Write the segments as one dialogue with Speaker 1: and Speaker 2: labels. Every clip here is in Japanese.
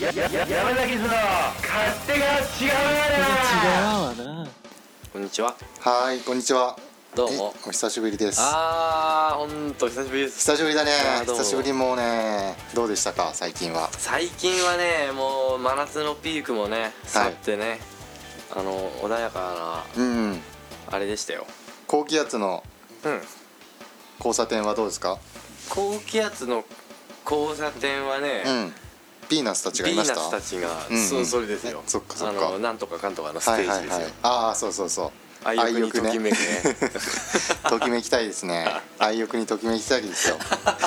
Speaker 1: やや山崎の勝手が違う
Speaker 2: わな
Speaker 3: こんにちは
Speaker 4: はいこんにちは
Speaker 3: どうも
Speaker 4: えお久しぶりです
Speaker 3: あーほんと久しぶりです
Speaker 4: 久しぶりだね
Speaker 3: あーどうも
Speaker 4: 久しぶりもうねどうでしたか最近は
Speaker 3: 最近はねもう真夏のピークもね去ってね、あの穏やか
Speaker 4: うん
Speaker 3: なあれでしたよ
Speaker 4: 高気圧の
Speaker 3: うん
Speaker 4: 交差点はどうですか
Speaker 3: 高気圧の交差点はね、
Speaker 4: うんピーナスたちが
Speaker 3: ヴィ
Speaker 4: い
Speaker 3: ー
Speaker 4: ま
Speaker 3: ナ
Speaker 4: した
Speaker 3: スたちが、
Speaker 4: うんうん
Speaker 3: そうそれですよ
Speaker 4: そっかそっか
Speaker 3: あのなんとかかんとかのステージですよ、
Speaker 4: ああそうそうそう
Speaker 3: 愛欲にとき
Speaker 4: ね
Speaker 3: めくね
Speaker 4: ときめきたいですね愛欲にときめきたいで すよ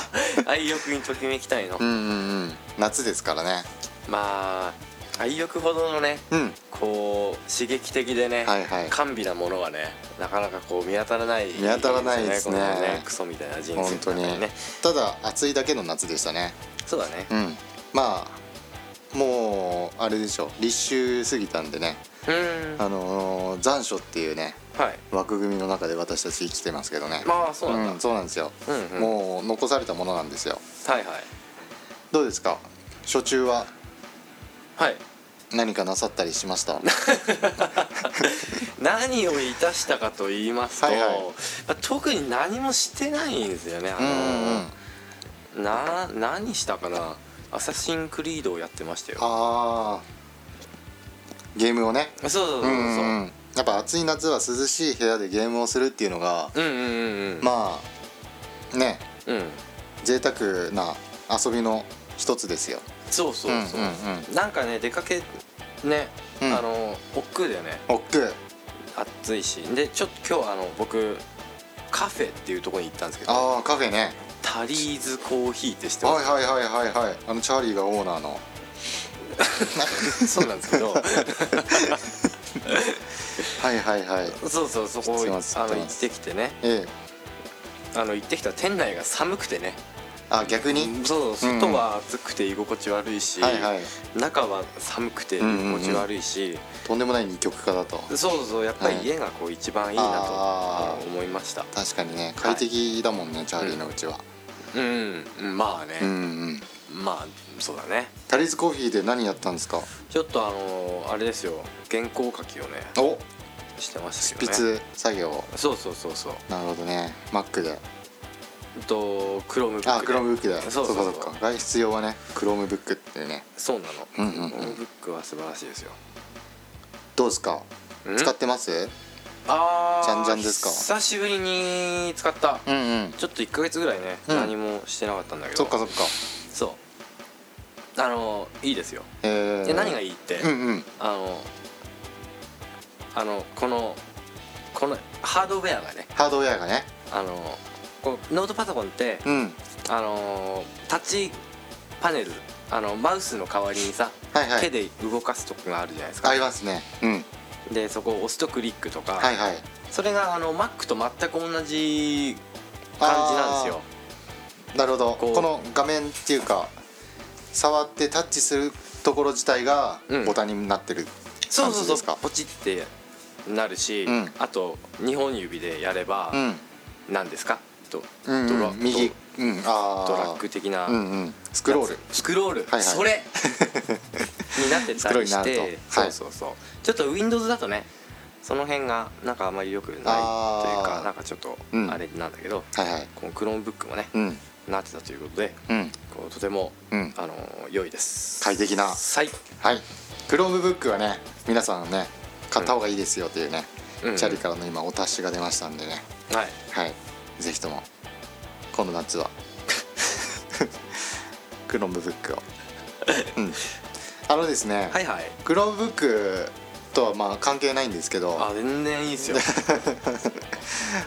Speaker 3: 愛欲にときめきたいの、
Speaker 4: うんうんうん夏ですからね
Speaker 3: まあ愛欲ほどのね
Speaker 4: うん
Speaker 3: こう刺激的でね、
Speaker 4: はいはい
Speaker 3: 甘美なものはねなかなかこう見当たらない
Speaker 4: 見当たらないですね
Speaker 3: このねクソみたいな人生の
Speaker 4: 本当
Speaker 3: 中
Speaker 4: に
Speaker 3: ね
Speaker 4: ただ暑いだけの夏でしたね
Speaker 3: そうだね
Speaker 4: うんまあもうあれでしょ立秋過ぎたんでね
Speaker 3: うん
Speaker 4: あのー残暑っていうね
Speaker 3: はい
Speaker 4: 枠組みの中で私たち生きてますけどね
Speaker 3: まあそうなんだ、
Speaker 4: そうなんですよ、
Speaker 3: うんうん
Speaker 4: もう残されたものなんですよ
Speaker 3: はいはい
Speaker 4: どうですか初中は
Speaker 3: はい
Speaker 4: 何かなさったりしました
Speaker 3: 何をいたしたかと言いますと、
Speaker 4: はいはい
Speaker 3: まあ特に何もしてないんですよねあの
Speaker 4: うんうんうん
Speaker 3: な何したかなアサシンクリードをやってましたよ
Speaker 4: あーゲームをね
Speaker 3: そうそうそう
Speaker 4: う
Speaker 3: そう、うん
Speaker 4: うん
Speaker 3: ん、
Speaker 4: うんやっぱ暑い夏は涼しい部屋でゲームをするっていうのが、
Speaker 3: うんうんうん
Speaker 4: まあね
Speaker 3: うん
Speaker 4: 贅沢な遊びの一つですよ
Speaker 3: そうそうそう、
Speaker 4: うんうんう
Speaker 3: なんかね出かけね、
Speaker 4: うん
Speaker 3: あの億劫だよね
Speaker 4: おっく
Speaker 3: 暑いしでちょっと今日あの僕カフェっていうところに行ったんですけど
Speaker 4: ああカフェね
Speaker 3: タリーズコーヒーって知ってま
Speaker 4: はいはいはいはいはいあのチャーリーがオーナーの
Speaker 3: すそうなんです けど
Speaker 4: はいはいはい
Speaker 3: そうそうそこをあ
Speaker 4: 知って
Speaker 3: の
Speaker 4: ます知って
Speaker 3: 行
Speaker 4: ま
Speaker 3: っ
Speaker 4: す
Speaker 3: てきてね
Speaker 4: ええ
Speaker 3: あの行ってきた店内が寒くてね
Speaker 4: あ逆に
Speaker 3: そう外は暑くて居心地悪いし、
Speaker 4: はいはい
Speaker 3: 中は寒くて居心地悪いし、
Speaker 4: とんでもない二極化だと
Speaker 3: そうそうやっぱり家がこう一番いいなと
Speaker 4: あー
Speaker 3: あの思いました
Speaker 4: 確かにね快適だもんね、チャーリーのうちは、
Speaker 3: うんうんまあね、
Speaker 4: うん、うんうん
Speaker 3: まあそうだね
Speaker 4: タリーズコーヒーで何やったんですか
Speaker 3: ちょっとあのーあれですよ原稿書きをね
Speaker 4: お
Speaker 3: してましたけ
Speaker 4: 執
Speaker 3: どね
Speaker 4: 筆作業
Speaker 3: そうそうそうそう
Speaker 4: なるほどねマックで
Speaker 3: うんとクロムブック
Speaker 4: あクロームブックで
Speaker 3: そうそうそう
Speaker 4: っかっか外出用はねクロームブックってね
Speaker 3: そうなの、
Speaker 4: うんうんうん
Speaker 3: クロムブックは素晴らしいですよ
Speaker 4: どうですか
Speaker 3: うん
Speaker 4: 使ってます
Speaker 3: あー
Speaker 4: ジャンジャンですか
Speaker 3: 久しぶりに使った
Speaker 4: うんうん
Speaker 3: ちょっと1ヶ月ぐらいね、
Speaker 4: うん
Speaker 3: 何もしてなかったんだけど
Speaker 4: そっかそっか
Speaker 3: そうあのーいいですよ
Speaker 4: え
Speaker 3: で何がい
Speaker 4: い
Speaker 3: いって、
Speaker 4: うんうん
Speaker 3: あのあのこのこのハードウェアがね
Speaker 4: ハードウェアがね
Speaker 3: あのこうノートパソコンって、
Speaker 4: うん
Speaker 3: あのータッチパネルあのマウスの代わりにさ、
Speaker 4: はいは
Speaker 3: 手
Speaker 4: い
Speaker 3: で動かすとこがあるじゃないですか
Speaker 4: ありますねうん
Speaker 3: でそこを押すとクリックとか、
Speaker 4: はいはい
Speaker 3: それがあの Mac と全く同じ感じなんですよ
Speaker 4: なるほど
Speaker 3: こ
Speaker 4: こ
Speaker 3: う
Speaker 4: の画面っていうか触ってタッチするところ自体が
Speaker 3: うん
Speaker 4: ボタンになってる
Speaker 3: そう
Speaker 4: 感
Speaker 3: そ
Speaker 4: じで
Speaker 3: う
Speaker 4: す
Speaker 3: そう
Speaker 4: か
Speaker 3: ポチってなるし、
Speaker 4: うん
Speaker 3: あと2本指でやれば
Speaker 4: うん
Speaker 3: 何ですか、と
Speaker 4: うん
Speaker 3: ド
Speaker 4: う
Speaker 3: ラ
Speaker 4: ん右うんあー
Speaker 3: ドラッグ的な、
Speaker 4: うんうんスクロール
Speaker 3: スクロール、
Speaker 4: はいはい
Speaker 3: そ れになってたり
Speaker 4: ス
Speaker 3: し
Speaker 4: クロールにな
Speaker 3: て
Speaker 4: ると
Speaker 3: そ
Speaker 4: は
Speaker 3: う
Speaker 4: い
Speaker 3: そうそうちょっと Windows だとねその辺がなんかあまり良くないというか
Speaker 4: あー
Speaker 3: なんかちょっと
Speaker 4: うん
Speaker 3: あれなんだけど、
Speaker 4: はいはい
Speaker 3: この Chromebook もね、
Speaker 4: うん
Speaker 3: なってたということで
Speaker 4: うん
Speaker 3: こうとても、
Speaker 4: うん
Speaker 3: あのー良いです
Speaker 4: 快適な
Speaker 3: はい、
Speaker 4: はいクロームブックはね皆さんね買った方がいいですよというね、
Speaker 3: うん
Speaker 4: チャリからの今お達しが出ましたんでね
Speaker 3: はい
Speaker 4: はいぜひとも今度夏は クロームブックを、うん、あのですね、
Speaker 3: はいはい
Speaker 4: クロームブックとはまあ関係ないんですけど
Speaker 3: あ全然いいです よ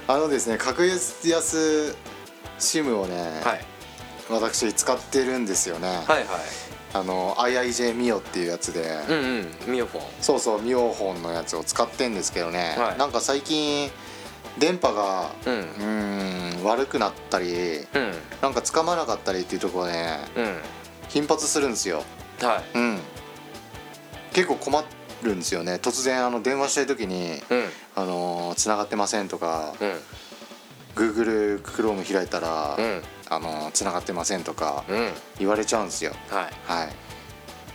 Speaker 4: あのですね格安シムをね、
Speaker 3: はい
Speaker 4: 私使ってるんですよね、
Speaker 3: はいはい
Speaker 4: あの IIJ ミオっていうやつで、
Speaker 3: うんうんミヨフォン
Speaker 4: そうそうミオホンのやつを使ってんですけどね、
Speaker 3: はい
Speaker 4: なんか最近電波が
Speaker 3: うん
Speaker 4: うーん悪くなったり
Speaker 3: うん
Speaker 4: なんかつかまなかったりっていうところね
Speaker 3: うん
Speaker 4: 頻発するんですよ
Speaker 3: はい
Speaker 4: うん結構困るんですよね突然あの電話してる時に
Speaker 3: うん
Speaker 4: 「あのー繋がってません」とか
Speaker 3: うん
Speaker 4: Google Chrome 開いたら
Speaker 3: うん
Speaker 4: 「あのー繋がってません」とか
Speaker 3: うん
Speaker 4: 言われちゃうんですよ
Speaker 3: はい
Speaker 4: はい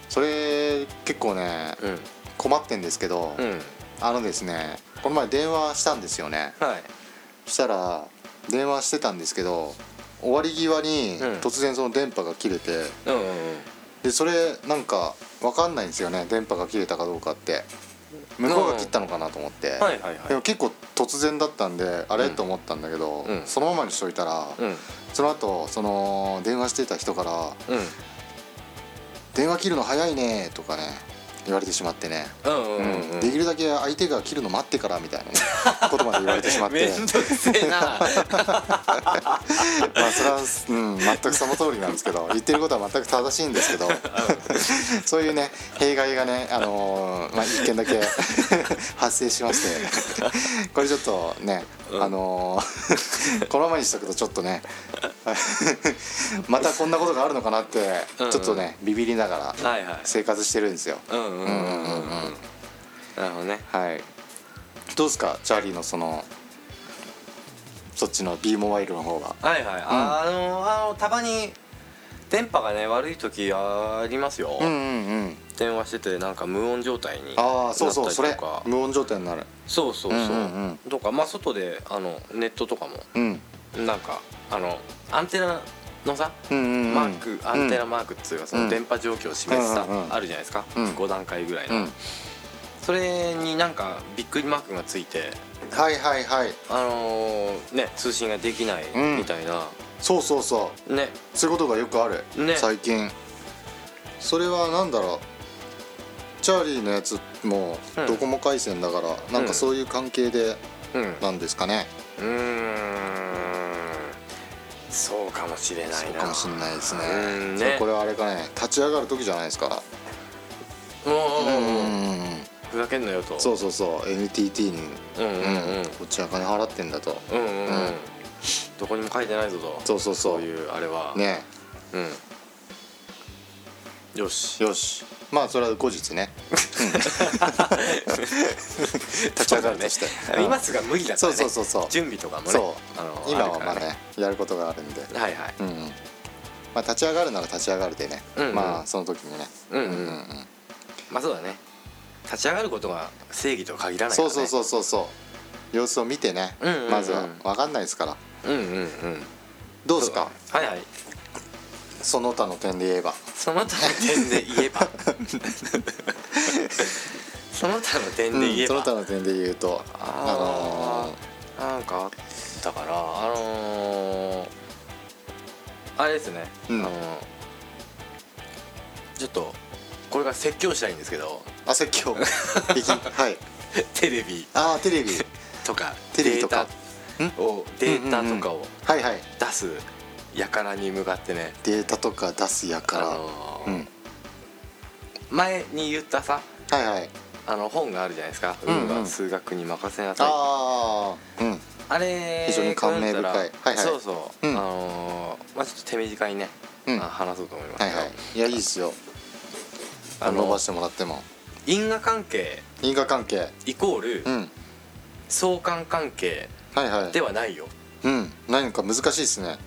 Speaker 4: それ結構ね
Speaker 3: うん
Speaker 4: 困ってんですけど、
Speaker 3: うん
Speaker 4: あのですねこの前電話したんですよね
Speaker 3: はい
Speaker 4: そしたら電話してたんですけど終わり際に
Speaker 3: うん
Speaker 4: 突然その電波が切れて、
Speaker 3: うんうん
Speaker 4: でそれなんか分かんないんですよね電波が切れたかどうかって向こうが切ったのかなと思って、
Speaker 3: うんはいはいはい
Speaker 4: でも結構突然だったんであれ、と思ったんだけど、
Speaker 3: うん
Speaker 4: そのままにしといたら、
Speaker 3: うん
Speaker 4: その後その電話してた人から
Speaker 3: うん
Speaker 4: 「電話切るの早いね」とかね言われてしまってね、
Speaker 3: うんうんうん
Speaker 4: できるだけ相手が切るの待ってからみたい な、ね、ことまで言われてしまっ
Speaker 3: め
Speaker 4: て
Speaker 3: んどくせえな
Speaker 4: まあそれは、うん、全くその通りなんです けど言ってることは全く正しいんですけどそういうね弊害がね、あのーまあ、一件だけ 発生しましてこれちょっとね、
Speaker 3: うん
Speaker 4: あのーこのままにしとくとちょっとねまたこんなことがあるのかなって
Speaker 3: うんうん
Speaker 4: ちょっとねビビりながら
Speaker 3: はいはい
Speaker 4: 生活してるんですよ。
Speaker 3: うんうんうんうんうんなるほどね
Speaker 4: はいどうですかチャーリーのそのそっちの B モバイルの方が。
Speaker 3: はいはい、ああのあのたまに電波がね悪い時ありますよ、
Speaker 4: うんうんうん
Speaker 3: 電話しててなんか無音状態に
Speaker 4: ああそうそうそ
Speaker 3: なったり
Speaker 4: れ
Speaker 3: とか
Speaker 4: 無音状態になる
Speaker 3: そうそうそう,、
Speaker 4: うんうんうん
Speaker 3: とかまあ外であのネットとかも
Speaker 4: うん
Speaker 3: なんかあのアンテナのさ
Speaker 4: うんうんうん
Speaker 3: マーク、アンテナマークっていうかそ
Speaker 4: うん
Speaker 3: の電波状況を示すさ、
Speaker 4: うんうんうん
Speaker 3: あるじゃないですか、
Speaker 4: うん
Speaker 3: 5段階ぐらいうの、
Speaker 4: んうん
Speaker 3: それになんかびっくりマークがついて
Speaker 4: はいはいはい
Speaker 3: あのーね通信ができない
Speaker 4: うん
Speaker 3: みたいな、
Speaker 4: そうそうそう
Speaker 3: ね
Speaker 4: そういうことがよくある、
Speaker 3: ね
Speaker 4: 最近それはなんだろうチャーリーのやつも
Speaker 3: うん
Speaker 4: ドコモ回線だから、なんかそういう関係で
Speaker 3: うん
Speaker 4: なんですかね、
Speaker 3: うーんそうかもしれないな
Speaker 4: そうかもしれないですね
Speaker 3: うん
Speaker 4: それ
Speaker 3: ね
Speaker 4: これはあれかね立ち上がる時じゃないですか
Speaker 3: うんうんうんうん
Speaker 4: うんうんうん
Speaker 3: ふざけんなよと
Speaker 4: そうそうそう NTT に、
Speaker 3: うんうん
Speaker 4: う
Speaker 3: うんんうん
Speaker 4: こっちは金払ってんだと
Speaker 3: うんうんうん
Speaker 4: うん
Speaker 3: どこにも書いてないぞと
Speaker 4: そうそうそ
Speaker 3: そ
Speaker 4: う
Speaker 3: ういうあれは
Speaker 4: ね
Speaker 3: うんよし
Speaker 4: よしまあそれは後日ね 立ち上がるとして
Speaker 3: そうだね今すぐは無理だからね
Speaker 4: そうそうそうそう
Speaker 3: 準備とかもね
Speaker 4: そう
Speaker 3: あの
Speaker 4: 今
Speaker 3: る
Speaker 4: は
Speaker 3: か
Speaker 4: ま
Speaker 3: ら
Speaker 4: あねやることがあるんで、
Speaker 3: はいはい
Speaker 4: うんうんまあ、立ち上がるなら立ち上がるでね、
Speaker 3: うんうん
Speaker 4: まあその時にね、
Speaker 3: うんうん
Speaker 4: うん
Speaker 3: まあそうだね立ち上がることが正義とは限らないか
Speaker 4: そ
Speaker 3: ら
Speaker 4: う
Speaker 3: ね
Speaker 4: そうそうそうそう様子を見てね、
Speaker 3: うんうんうん
Speaker 4: まずは分かんないですから
Speaker 3: うんうんうん
Speaker 4: どうですか
Speaker 3: そうだねはいはい
Speaker 4: その他の点で言えば
Speaker 3: その他の点で言え ばその他の点で言
Speaker 4: う
Speaker 3: え
Speaker 4: んそ
Speaker 3: ば、
Speaker 4: の他の点で言うと
Speaker 3: あ
Speaker 4: の
Speaker 3: ーなんかあったからあのー、あれですね、
Speaker 4: うん
Speaker 3: あのーちょっとこれから説教したいんですけど
Speaker 4: ーあ説教できはい
Speaker 3: テレビ
Speaker 4: ああテレビ
Speaker 3: とか
Speaker 4: テレビとか
Speaker 3: データをデータとか
Speaker 4: う
Speaker 3: を
Speaker 4: んうんはいはい
Speaker 3: 出す輩に向かってね、
Speaker 4: データとか出すや
Speaker 3: あ
Speaker 4: から、
Speaker 3: のー
Speaker 4: うん
Speaker 3: 前に言ったさ
Speaker 4: はいはい
Speaker 3: あの本があるじゃないですか「
Speaker 4: うんうん
Speaker 3: 運が数学に任せなさい」
Speaker 4: ああうん
Speaker 3: あれ
Speaker 4: 非常に感銘深いはいはい
Speaker 3: そうそう、
Speaker 4: うん
Speaker 3: あのーまあちょっと手短にね、
Speaker 4: うん
Speaker 3: あ話そうと思います
Speaker 4: は
Speaker 3: け
Speaker 4: い
Speaker 3: ど、
Speaker 4: はいいやいいっすよ
Speaker 3: あ
Speaker 4: 伸ば
Speaker 3: の
Speaker 4: してもらっても
Speaker 3: 因果関係
Speaker 4: 因果関係
Speaker 3: イコール
Speaker 4: うん
Speaker 3: 相関関係
Speaker 4: はいはい
Speaker 3: ではないよ
Speaker 4: うん何か難しいですね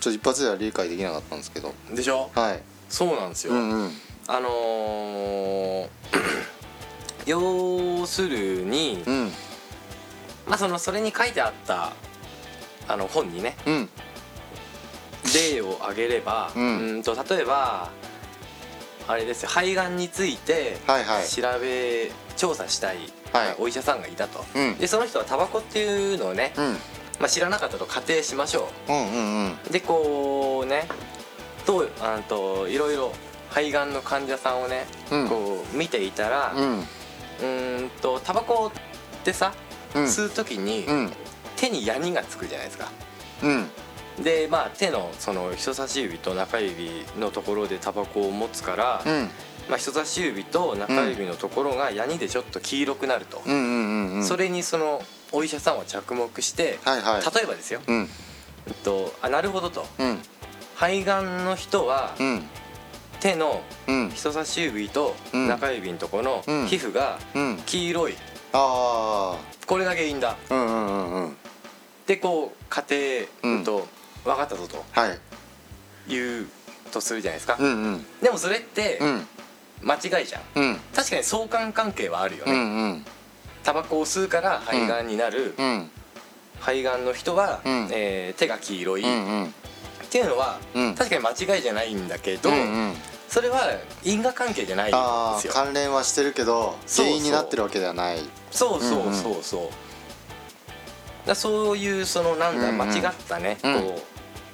Speaker 4: ちょっと一発では理解できなかったんですけど
Speaker 3: でしょ
Speaker 4: はい
Speaker 3: そうなんですよ、
Speaker 4: うんうん
Speaker 3: あのー 要するに、
Speaker 4: うん
Speaker 3: まあ、そのそれに書いてあったあの本にね
Speaker 4: うん
Speaker 3: 例を挙げれば、
Speaker 4: うん
Speaker 3: んと例えばあれですよ肺がんについて
Speaker 4: はいはい
Speaker 3: 調べ調査したい、
Speaker 4: はい
Speaker 3: お医者さんがいたと、
Speaker 4: うん
Speaker 3: でその人はタバコっていうのをね、
Speaker 4: うん
Speaker 3: まあ、知らなかったと仮定しましょ
Speaker 4: うんうんうん
Speaker 3: うでこうねどうあんといろいろ肺がんの患者さんをね、
Speaker 4: うん
Speaker 3: こう見ていたら
Speaker 4: う
Speaker 3: うんーんとタバコってさ、
Speaker 4: うん
Speaker 3: 吸う時に、
Speaker 4: うん
Speaker 3: 手にヤニがつくじゃないですか
Speaker 4: うん
Speaker 3: でまあ手のその人差し指と中指のところでタバコを持つから、
Speaker 4: うん
Speaker 3: まあ、人差し指と中指のところがヤニでちょっと黄色くなると、
Speaker 4: うんうんうん
Speaker 3: それにそのお医者さんは着目して、
Speaker 4: はいはい
Speaker 3: 例えばですよ、
Speaker 4: うん
Speaker 3: えっと、あなるほどと
Speaker 4: うん
Speaker 3: 肺がんの人は
Speaker 4: うん
Speaker 3: 手の
Speaker 4: うん
Speaker 3: 人差し指と
Speaker 4: うん
Speaker 3: 中指のところの
Speaker 4: うん
Speaker 3: 皮膚が
Speaker 4: うん
Speaker 3: 黄色い
Speaker 4: あ
Speaker 3: これが原因だ
Speaker 4: あうんうんうんうん
Speaker 3: でこう家庭うんと分かったぞと
Speaker 4: はい
Speaker 3: 言うとするじゃないですか、
Speaker 4: うんうん
Speaker 3: でもそれって
Speaker 4: うん
Speaker 3: 間違いじゃん
Speaker 4: うん
Speaker 3: 確かに相関関係はあるよ
Speaker 4: う
Speaker 3: ね、
Speaker 4: んうん
Speaker 3: タバコを吸うから肺がんになる、
Speaker 4: うん
Speaker 3: 肺がんの人は、
Speaker 4: うん
Speaker 3: えー手が黄色い、
Speaker 4: う
Speaker 3: っ
Speaker 4: んうん
Speaker 3: ていうのは、
Speaker 4: うん
Speaker 3: 確かに間違いじゃないんだけど、
Speaker 4: うんうん
Speaker 3: それは因果関係じゃないん
Speaker 4: あ
Speaker 3: です
Speaker 4: ー
Speaker 3: よ
Speaker 4: 関連はしてるけど
Speaker 3: そうそう
Speaker 4: 原因になってるわけではない
Speaker 3: そう
Speaker 4: うん
Speaker 3: そ
Speaker 4: うん
Speaker 3: うそうそう、だそういうそのなんだ、
Speaker 4: うんうん
Speaker 3: 間違ったね、
Speaker 4: うん
Speaker 3: こう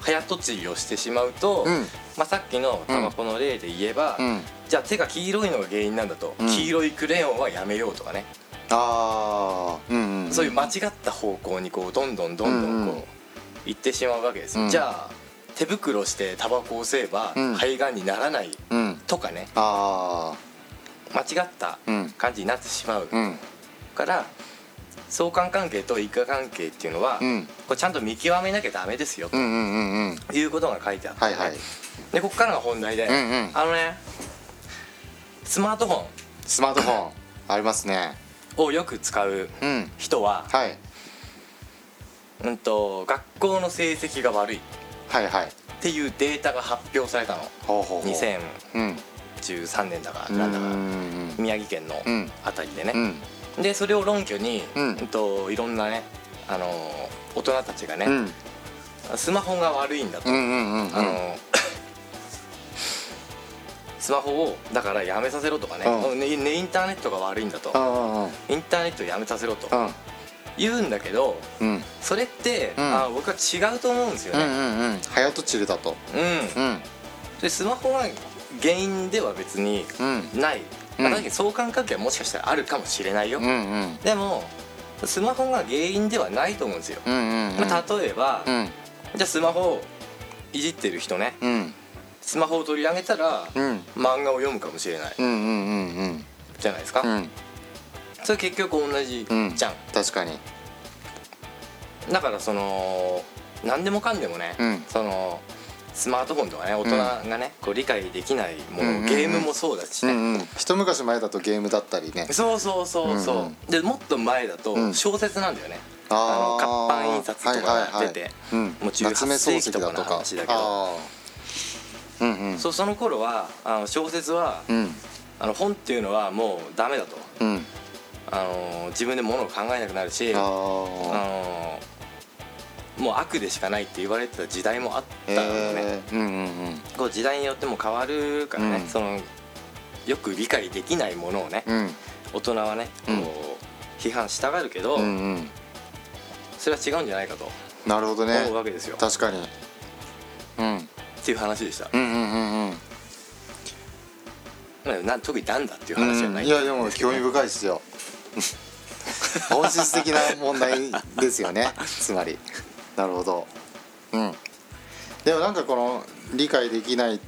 Speaker 3: 早とちりをしてしまうと、
Speaker 4: うん
Speaker 3: まあ、さっきのタバコの例で言えば、
Speaker 4: うん
Speaker 3: じゃあ手が黄色いのが原因なんだと、
Speaker 4: うん
Speaker 3: 黄色いクレヨンはやめようとかね、
Speaker 4: ああうんうん
Speaker 3: そういう間違った方向にこうどんどんどんどんこう、
Speaker 4: うんうん
Speaker 3: 行ってしまうわけですよ、
Speaker 4: うん
Speaker 3: じゃあ手袋してタバコを吸えば
Speaker 4: うん
Speaker 3: 肺がんにならない
Speaker 4: うん
Speaker 3: とかね
Speaker 4: あ
Speaker 3: 間違った
Speaker 4: あうん
Speaker 3: 感じになってしまう
Speaker 4: うん
Speaker 3: から相関関係と因果関係っていうのは、
Speaker 4: うん
Speaker 3: これちゃんと見極めなきゃダメですよ
Speaker 4: うんうんうんうん
Speaker 3: ということが書いてあって、
Speaker 4: はいはい
Speaker 3: でここからが本題で、
Speaker 4: うんうん
Speaker 3: あのねスマートフォ
Speaker 4: スマートフォンありますね
Speaker 3: ンをよく使う
Speaker 4: うん
Speaker 3: 人は、
Speaker 4: はい
Speaker 3: うん、と学校の成績が悪いっ
Speaker 4: はいはい
Speaker 3: ていうデータが発表されたの
Speaker 4: ほうほうほう
Speaker 3: 2013
Speaker 4: うん
Speaker 3: 年だか
Speaker 4: う
Speaker 3: ら
Speaker 4: んう
Speaker 3: なんんだか
Speaker 4: うん
Speaker 3: 宮城県の
Speaker 4: うん
Speaker 3: あたりで
Speaker 4: う
Speaker 3: ね、
Speaker 4: ん
Speaker 3: でそれを論拠に、
Speaker 4: う
Speaker 3: うんん、といろんなねあのー大人たちがね、
Speaker 4: うん
Speaker 3: スマホが悪いんだと、
Speaker 4: うんうんうん
Speaker 3: あのー スマホをだからやめさせろとかね,
Speaker 4: う
Speaker 3: ね、ねインターネットが悪いんだと、
Speaker 4: うん
Speaker 3: インターネットをやめさせろと
Speaker 4: うん
Speaker 3: 言うんだけど
Speaker 4: うん
Speaker 3: それって、
Speaker 4: うん
Speaker 3: あ僕は違うと思うんですよ
Speaker 4: うんう
Speaker 3: ね、
Speaker 4: んうん早とちりだと
Speaker 3: うん
Speaker 4: うん
Speaker 3: でスマホが原因では別に
Speaker 4: うん
Speaker 3: ない、
Speaker 4: うん
Speaker 3: まあ確かに相関関係はもしかしたらあるかもしれないよ、
Speaker 4: うんうん
Speaker 3: でもスマホが原因ではないと思うんですよ、
Speaker 4: うんうん
Speaker 3: まあ例えば、
Speaker 4: うん
Speaker 3: じゃあスマホをいじってる人ね
Speaker 4: うん
Speaker 3: スマホを取り上げたら、
Speaker 4: うん
Speaker 3: 漫画を読むかもしれない
Speaker 4: うんうんうんうん
Speaker 3: じゃないですか、
Speaker 4: うん
Speaker 3: それ結局同じ
Speaker 4: うん
Speaker 3: じゃん、
Speaker 4: 確かに
Speaker 3: だからその何でもかんでもね、
Speaker 4: うん
Speaker 3: そのスマートフォンとかね大人がね、こう理解できないも
Speaker 4: うん
Speaker 3: の、
Speaker 4: うんうん
Speaker 3: ゲームもそうだし
Speaker 4: う
Speaker 3: ね、
Speaker 4: んうん一昔前だとゲームだったりね
Speaker 3: そうそうそうそう、
Speaker 4: うんうん
Speaker 3: でもっと前だ
Speaker 4: う
Speaker 3: と
Speaker 4: ん
Speaker 3: 小説なんだよね、
Speaker 4: あ
Speaker 3: あの活版印刷とかが
Speaker 4: が
Speaker 3: 出て
Speaker 4: も
Speaker 3: もう18世紀とかの話だけど
Speaker 4: うんうん
Speaker 3: そその頃はあの小説は、
Speaker 4: うん
Speaker 3: あの本っていうのはもうダメだと
Speaker 4: うん
Speaker 3: あの自分で物を考えなくなるし
Speaker 4: あ
Speaker 3: あ
Speaker 4: ー
Speaker 3: のもう悪でしかないって言われてた時代もあったのね、
Speaker 4: えーうんうん
Speaker 3: こう時代によっても変わるからね、
Speaker 4: うん
Speaker 3: そのよく理解できないものをね、
Speaker 4: うんうん
Speaker 3: 大人はねこう、
Speaker 4: うん
Speaker 3: 批判したがるけど、
Speaker 4: うんうん
Speaker 3: それは違うんじゃないかと
Speaker 4: なるほどね
Speaker 3: 思うわけですよ、
Speaker 4: 確かにうん
Speaker 3: っていう話でした、
Speaker 4: うんうんうんうん
Speaker 3: な特になんだっていう話じゃない、
Speaker 4: うんいやでも興味深いで すよ本質的な問題ですよねつまりなるほどうんでもなんかこの理解できない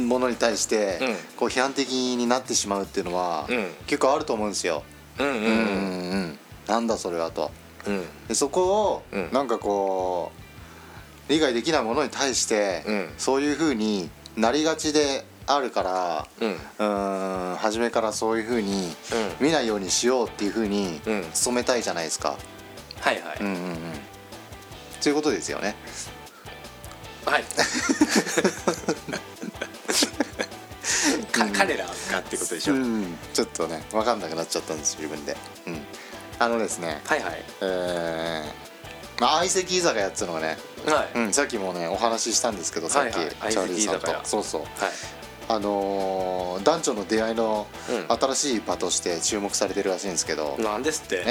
Speaker 4: ものに対して、
Speaker 3: うん
Speaker 4: こう批判的になってしまうっていうのは、
Speaker 3: うん
Speaker 4: 結構あると思うんですよ、
Speaker 3: うんうんう
Speaker 4: うんんうんなんだそれはと
Speaker 3: うん
Speaker 4: でそこを、
Speaker 3: うん
Speaker 4: なんかこう理解できないものに対して、
Speaker 3: うん
Speaker 4: そういうふうになりがちであるから
Speaker 3: うん
Speaker 4: うーん初めからそういうふうに
Speaker 3: うん
Speaker 4: 見ないようにしようっていうふうに
Speaker 3: うん
Speaker 4: 努めたいじゃないですか。
Speaker 3: はいはい、
Speaker 4: うんうんうんということですよね。
Speaker 3: はいか彼らがってことでしょ、
Speaker 4: うんちょっとね分かんなくなっちゃったんです自分で。うん、あのですね、
Speaker 3: はいはい
Speaker 4: えーまあ、相席居酒屋っつうのはね、
Speaker 3: はい、
Speaker 4: うん、さっきもねお話ししたんですけどさっき、
Speaker 3: はいはい
Speaker 4: チャーリ
Speaker 3: 相席
Speaker 4: ーさん
Speaker 3: 居酒
Speaker 4: と
Speaker 3: 屋
Speaker 4: そうそう
Speaker 3: はい
Speaker 4: あのー男女の出会いの
Speaker 3: うん
Speaker 4: 新しい場として注目されてるらしいんですけど、
Speaker 3: なんですって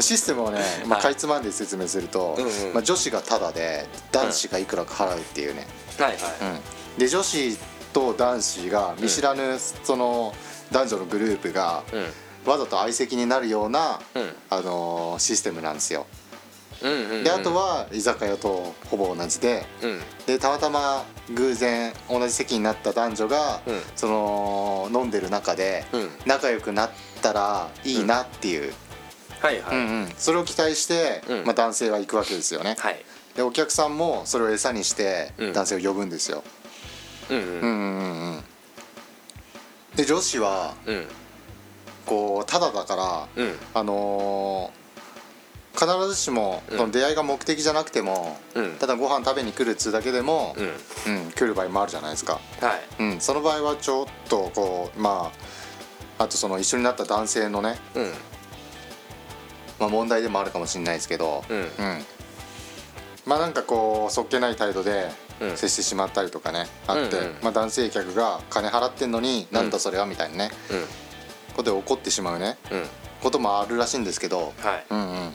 Speaker 4: システムをね、まあ、
Speaker 3: はい
Speaker 4: かいつまんで説明すると、
Speaker 3: うんうん
Speaker 4: まあ、女子がタダで男子がいくらか払うっていうね、
Speaker 3: はいはい、
Speaker 4: うんで女子と男子が見知らぬその男女のグループが
Speaker 3: うん
Speaker 4: わざと相席になるような、
Speaker 3: うん
Speaker 4: あのーシステムなんですよ。
Speaker 3: うんうんうん
Speaker 4: であとは居酒屋とほぼ同じで
Speaker 3: うん
Speaker 4: でたまたま偶然同じ席になった男女が、
Speaker 3: うん
Speaker 4: その飲んでる中で
Speaker 3: うん
Speaker 4: 仲良くなったらいいなっていう。
Speaker 3: はいはい、
Speaker 4: うんうんそれを期待して、
Speaker 3: うん
Speaker 4: まあ、男性は行くわけですよね、
Speaker 3: はい
Speaker 4: でお客さんもそれを餌にして
Speaker 3: うん
Speaker 4: 男性を呼ぶんですよ、
Speaker 3: うんう
Speaker 4: うんんうんうんうんで女子は
Speaker 3: うん
Speaker 4: こうただだから、
Speaker 3: うん
Speaker 4: あのー必ずしも
Speaker 3: ん
Speaker 4: その出会いが目的じゃなくても、
Speaker 3: うん
Speaker 4: ただご飯食べに来るっつうだけでも、
Speaker 3: うん
Speaker 4: うん来る場合もあるじゃないですか、
Speaker 3: はい
Speaker 4: うん、その場合はちょっとこうまああとその一緒になった男性のね、
Speaker 3: うん
Speaker 4: まあ、問題でもあるかもしれないですけど、
Speaker 3: うん
Speaker 4: まあなんかこうそっけない態度で
Speaker 3: うん
Speaker 4: 接してしまったりとかね、あって、
Speaker 3: うんうん
Speaker 4: まあ、男性客が金払ってんのになんだそれはみたいなね、ことで怒ってしまうね
Speaker 3: うんうん
Speaker 4: こともあるらしいんですけど、
Speaker 3: はい
Speaker 4: うんうん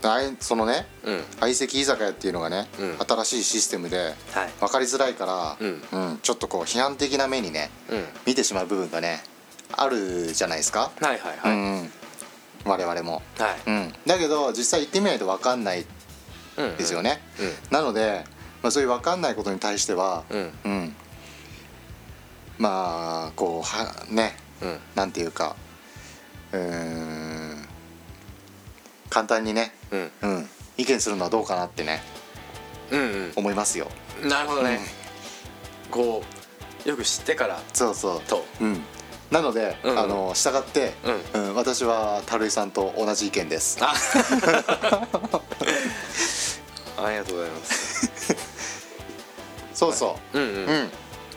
Speaker 4: あいそのね
Speaker 3: うん
Speaker 4: 相席居酒屋っていうのがね、
Speaker 3: うん
Speaker 4: 新しいシステムで
Speaker 3: はい
Speaker 4: 分かりづらいから、
Speaker 3: うん
Speaker 4: うんちょっとこう批判的な目にね
Speaker 3: うん
Speaker 4: 見てしまう部分がねあるじゃないですか、
Speaker 3: はいはいは
Speaker 4: う
Speaker 3: い
Speaker 4: んうん我々も、
Speaker 3: は
Speaker 4: うん、だけど実際行ってみないと分かんない
Speaker 3: いうん
Speaker 4: ですよね、
Speaker 3: うん
Speaker 4: なので、まあ、そういう分かんないことに対しては、
Speaker 3: うん
Speaker 4: うんまあこうはね
Speaker 3: うん
Speaker 4: なんていうかうーん簡単にね、
Speaker 3: うん
Speaker 4: うん、意見するのはどうかなってね
Speaker 3: うん
Speaker 4: 思いますよ
Speaker 3: うんなるほどねこうよく知ってから
Speaker 4: そうそう
Speaker 3: と
Speaker 4: うん、なので、
Speaker 3: うん
Speaker 4: あの従って、うん私は樽井さんと同じ意見です
Speaker 3: あありがとうございます
Speaker 4: そうそ
Speaker 3: うんう
Speaker 4: う、
Speaker 3: んはい
Speaker 4: うん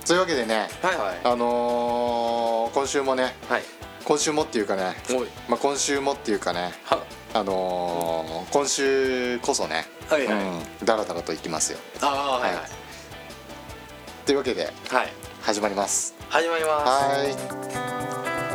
Speaker 4: そういうわけでね
Speaker 3: は
Speaker 4: あのー今週もね
Speaker 3: いはい
Speaker 4: 今週もっていうかね、
Speaker 3: おい
Speaker 4: まあ、今週もっていうかね
Speaker 3: は
Speaker 4: あのー今週こそね、
Speaker 3: はいはい
Speaker 4: うん、だらだらといきますよ
Speaker 3: ああはいはい
Speaker 4: というわけで
Speaker 3: はい
Speaker 4: 始まります
Speaker 3: 始まります
Speaker 4: はーい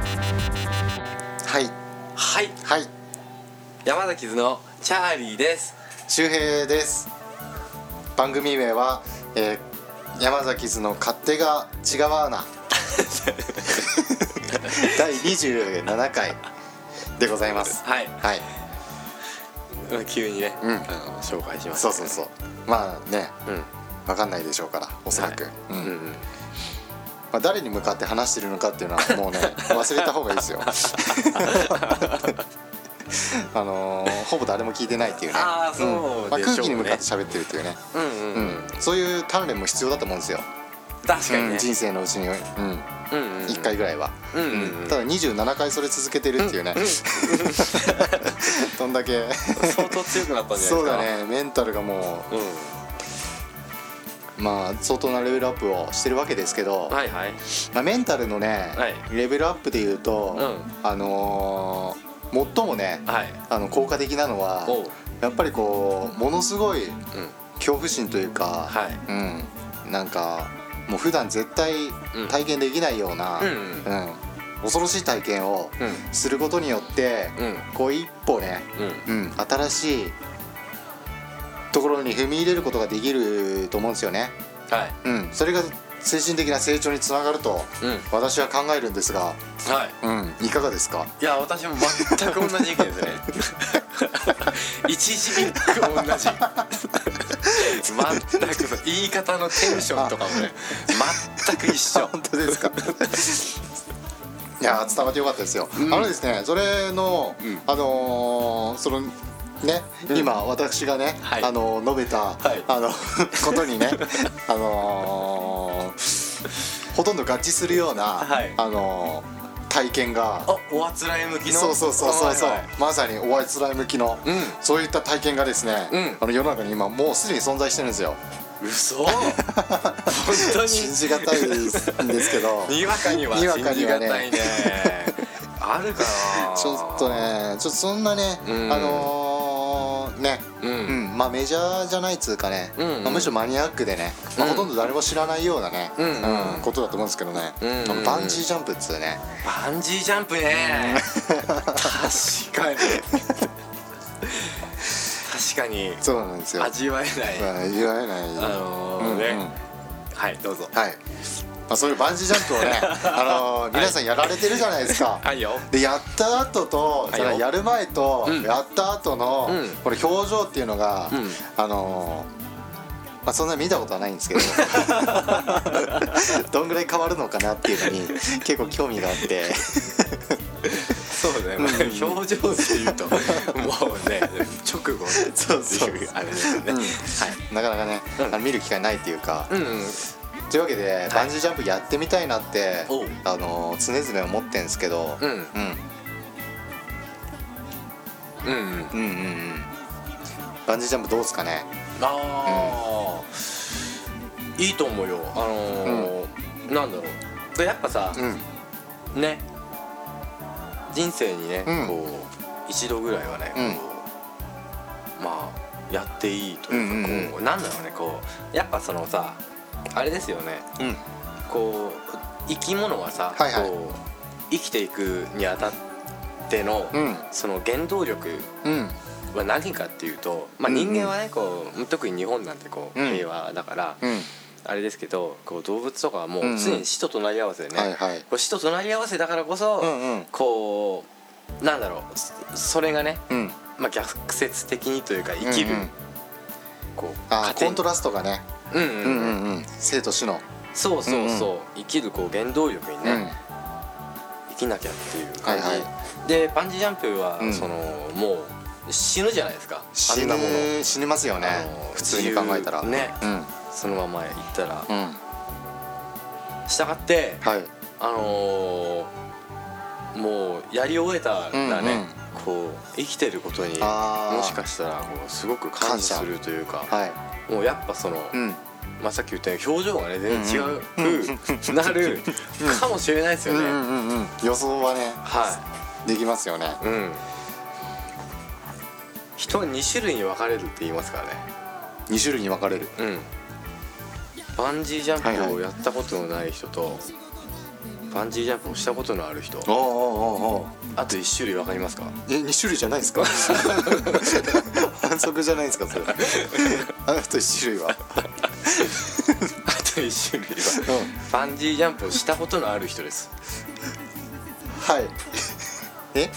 Speaker 4: はい
Speaker 3: はい
Speaker 4: はい
Speaker 3: 山崎図のチャーリーです
Speaker 4: 周平です番組名は、えー山崎図の勝手が違 わな第27回でございます
Speaker 3: はい
Speaker 4: はい
Speaker 3: うん急にね、
Speaker 4: うん
Speaker 3: あの紹介します
Speaker 4: そうそうそうまあね
Speaker 3: うん
Speaker 4: わかんないでしょうからおそらく、
Speaker 3: は
Speaker 4: う
Speaker 3: うんんうん
Speaker 4: まあ、誰に向かって話してるのかっていうの はもうね忘れた方がいいですよあのーほぼ誰も聞いてないっていうね
Speaker 3: あーそうん
Speaker 4: まあ、
Speaker 3: でしょうね
Speaker 4: 空気に向かって喋ってるっていうね、
Speaker 3: うんう
Speaker 4: うんん、そういう鍛錬も必要だと思うんですよ
Speaker 3: 確かに
Speaker 4: うん
Speaker 3: ね
Speaker 4: 人生のうちに、う
Speaker 3: う
Speaker 4: ん、
Speaker 3: んうんうん
Speaker 4: 1回ぐらいは、
Speaker 3: うんうんうん
Speaker 4: ただ27回それ続けてるっていうね、 どんだけ
Speaker 3: 相当強くなったんじゃないですか
Speaker 4: そうだねメンタルがも
Speaker 3: う
Speaker 4: うまあ相当なレベルアップをしてるわけですけど、
Speaker 3: んはいはい
Speaker 4: まあ、メンタルのね、
Speaker 3: はい
Speaker 4: レベルアップでいうと、
Speaker 3: う
Speaker 4: あのー最もね
Speaker 3: はい
Speaker 4: あの効果的なのは
Speaker 3: おう
Speaker 4: やっぱりこうものすごい
Speaker 3: うん
Speaker 4: 恐怖心というか、
Speaker 3: はい
Speaker 4: うん、なんかもう普段絶対
Speaker 3: うん
Speaker 4: 体験できないような、
Speaker 3: うん
Speaker 4: うん恐ろしい体験を
Speaker 3: うん
Speaker 4: することによって、
Speaker 3: うん
Speaker 4: こう一歩ね、
Speaker 3: うん
Speaker 4: うん、新しいところに踏み入れることができると思うんですよね。
Speaker 3: はい
Speaker 4: うん、それが精神的な成長につながると
Speaker 3: うん
Speaker 4: 私は考えるんですが、
Speaker 3: はい
Speaker 4: うん、いかがですか
Speaker 3: いや私も全く同じ意見 ですね一時一句同じ全くそう言い方のテンションとかもね全く一緒
Speaker 4: 本当ですかいやー伝わってよかったですよ、
Speaker 3: ん
Speaker 4: あのですねそれの、
Speaker 3: うん
Speaker 4: あのーそのね今私がね、
Speaker 3: はい
Speaker 4: あのー述べた、
Speaker 3: はい
Speaker 4: あのことにねあのーほとんど合致するような、
Speaker 3: はい
Speaker 4: あのー体験が
Speaker 3: あおあつらい向きの
Speaker 4: そうそうそうそうそう、
Speaker 3: はいはい
Speaker 4: まさにおあいつらい向きの、
Speaker 3: うん
Speaker 4: そういった体験がですね、
Speaker 3: うん
Speaker 4: あの世の中に今もうすでに存在してるんですよ
Speaker 3: 嘘本当
Speaker 4: 信
Speaker 3: に
Speaker 4: じがたいんですけ ど
Speaker 3: にわかには
Speaker 4: にわか
Speaker 3: 信
Speaker 4: に
Speaker 3: じ
Speaker 4: は
Speaker 3: が
Speaker 4: ね
Speaker 3: たいねあるかな
Speaker 4: ちょっとねちょっとそんなね、
Speaker 3: うん
Speaker 4: あのーね
Speaker 3: うん
Speaker 4: うん、まあメジャーじゃないっつうかね、
Speaker 3: うんうん
Speaker 4: まあ、むしろマニアックでね、まあ、
Speaker 3: うん
Speaker 4: ほとんど誰も知らないようなね、
Speaker 3: うんうん
Speaker 4: ことだと思うんですけどね、
Speaker 3: うんうんうん
Speaker 4: あのバンジージャンプっつうね
Speaker 3: バンジージャンプ ね確かに確かに
Speaker 4: そうなんですよ、
Speaker 3: 味わえない、
Speaker 4: まあ、言われない、
Speaker 3: あのーね、
Speaker 4: うんうん
Speaker 3: はいどうぞ
Speaker 4: はい、まあ、そういうバンジージャンプをね、 あのー皆さんやられてるじゃないですか、
Speaker 3: はいよ
Speaker 4: でやった後と、
Speaker 3: はい
Speaker 4: そのやる前と、
Speaker 3: うん
Speaker 4: やった後の、
Speaker 3: うん
Speaker 4: これ表情っていうのが、
Speaker 3: うん
Speaker 4: あのーまあ、そんな見たことはないんですけ どどんぐらい変わるのかなっていうのに結構興味があって
Speaker 3: そうね、まあ、表情で言うともうね直後っていう
Speaker 4: そうそう
Speaker 3: あれですね、
Speaker 4: うん
Speaker 3: はい
Speaker 4: なかなかね、
Speaker 3: うん
Speaker 4: あの見る機会ないっていうか、
Speaker 3: うん
Speaker 4: というわけで、バンジージャンプやってみたいなって
Speaker 3: おう
Speaker 4: あの常々思ってんですけど、
Speaker 3: うん
Speaker 4: うん
Speaker 3: うんうん
Speaker 4: うんうんうんバンジージャンプどうですかね
Speaker 3: あー、いいと思うよあのーなんだろうでやっぱさ、
Speaker 4: ん
Speaker 3: ね人生にね、
Speaker 4: うん
Speaker 3: こう一度ぐらいはね、
Speaker 4: うん
Speaker 3: こうまあやっていいというか、
Speaker 4: うんうんうん
Speaker 3: こうなんだろうねこうやっぱそのさあれですよね
Speaker 4: うん
Speaker 3: こう生き物はさ、
Speaker 4: はいはい
Speaker 3: こう生きていくにあたっての、
Speaker 4: うん
Speaker 3: その原動力
Speaker 4: うん
Speaker 3: は何かっていうと、まあ、
Speaker 4: うんうん
Speaker 3: 人間はねこう特に日本なんてこう
Speaker 4: うん
Speaker 3: 平和だから、
Speaker 4: うん
Speaker 3: あれですけどこう動物とかはもう
Speaker 4: うんうん
Speaker 3: 常に死と隣り合わせでね、
Speaker 4: はいはい
Speaker 3: こう死と隣り合わせだからこそ、
Speaker 4: うんうん
Speaker 3: こうなんだろうそそれがね、
Speaker 4: うん
Speaker 3: まあ、逆説的にというか生きる、
Speaker 4: うんうん
Speaker 3: こう
Speaker 4: あー
Speaker 3: 糧
Speaker 4: コントラストがね
Speaker 3: うんうん
Speaker 4: う
Speaker 3: うん
Speaker 4: んうんうん生と死の
Speaker 3: そうそうそう、生きるこう原動力にね、生きなきゃっていう感じ、
Speaker 4: はい
Speaker 3: でバンジージャンプは、
Speaker 4: うん
Speaker 3: そのもう死ぬじゃないですか
Speaker 4: 死
Speaker 3: あんなもの
Speaker 4: ぬ死にますよね
Speaker 3: あのー
Speaker 4: 普通に考えたら
Speaker 3: 自由ね
Speaker 4: うん
Speaker 3: そのまま行ったら、
Speaker 4: うん
Speaker 3: したがって
Speaker 4: はい
Speaker 3: あのーもうやり終えたらね、こう生きてることにも
Speaker 4: ああ
Speaker 3: しかしたらこうすごく感謝
Speaker 4: 感謝
Speaker 3: するというか
Speaker 4: はい
Speaker 3: もうやっぱその、
Speaker 4: うん
Speaker 3: まあ、さっき言ったように表情がね全然違う、
Speaker 4: うん
Speaker 3: なるかもしれないです
Speaker 4: う
Speaker 3: よ
Speaker 4: ん
Speaker 3: ね。
Speaker 4: うんうんうん予想はね
Speaker 3: は
Speaker 4: できますよね
Speaker 3: い、うん人は2種類に分かれるって言いますからね、
Speaker 4: 二種類に分かれる
Speaker 3: うん、バンジージ
Speaker 4: はい
Speaker 3: ャン
Speaker 4: は
Speaker 3: プ
Speaker 4: い
Speaker 3: をやったことのない人と、バンジージャンプをしたことのある人
Speaker 4: おーおーおーおー
Speaker 3: あと1種類分かりますか
Speaker 4: え二種類じゃないですか反則じゃないですかそれあと一種類は
Speaker 3: あと1種類はバンジージャンプをしたことのある人です
Speaker 4: はいえ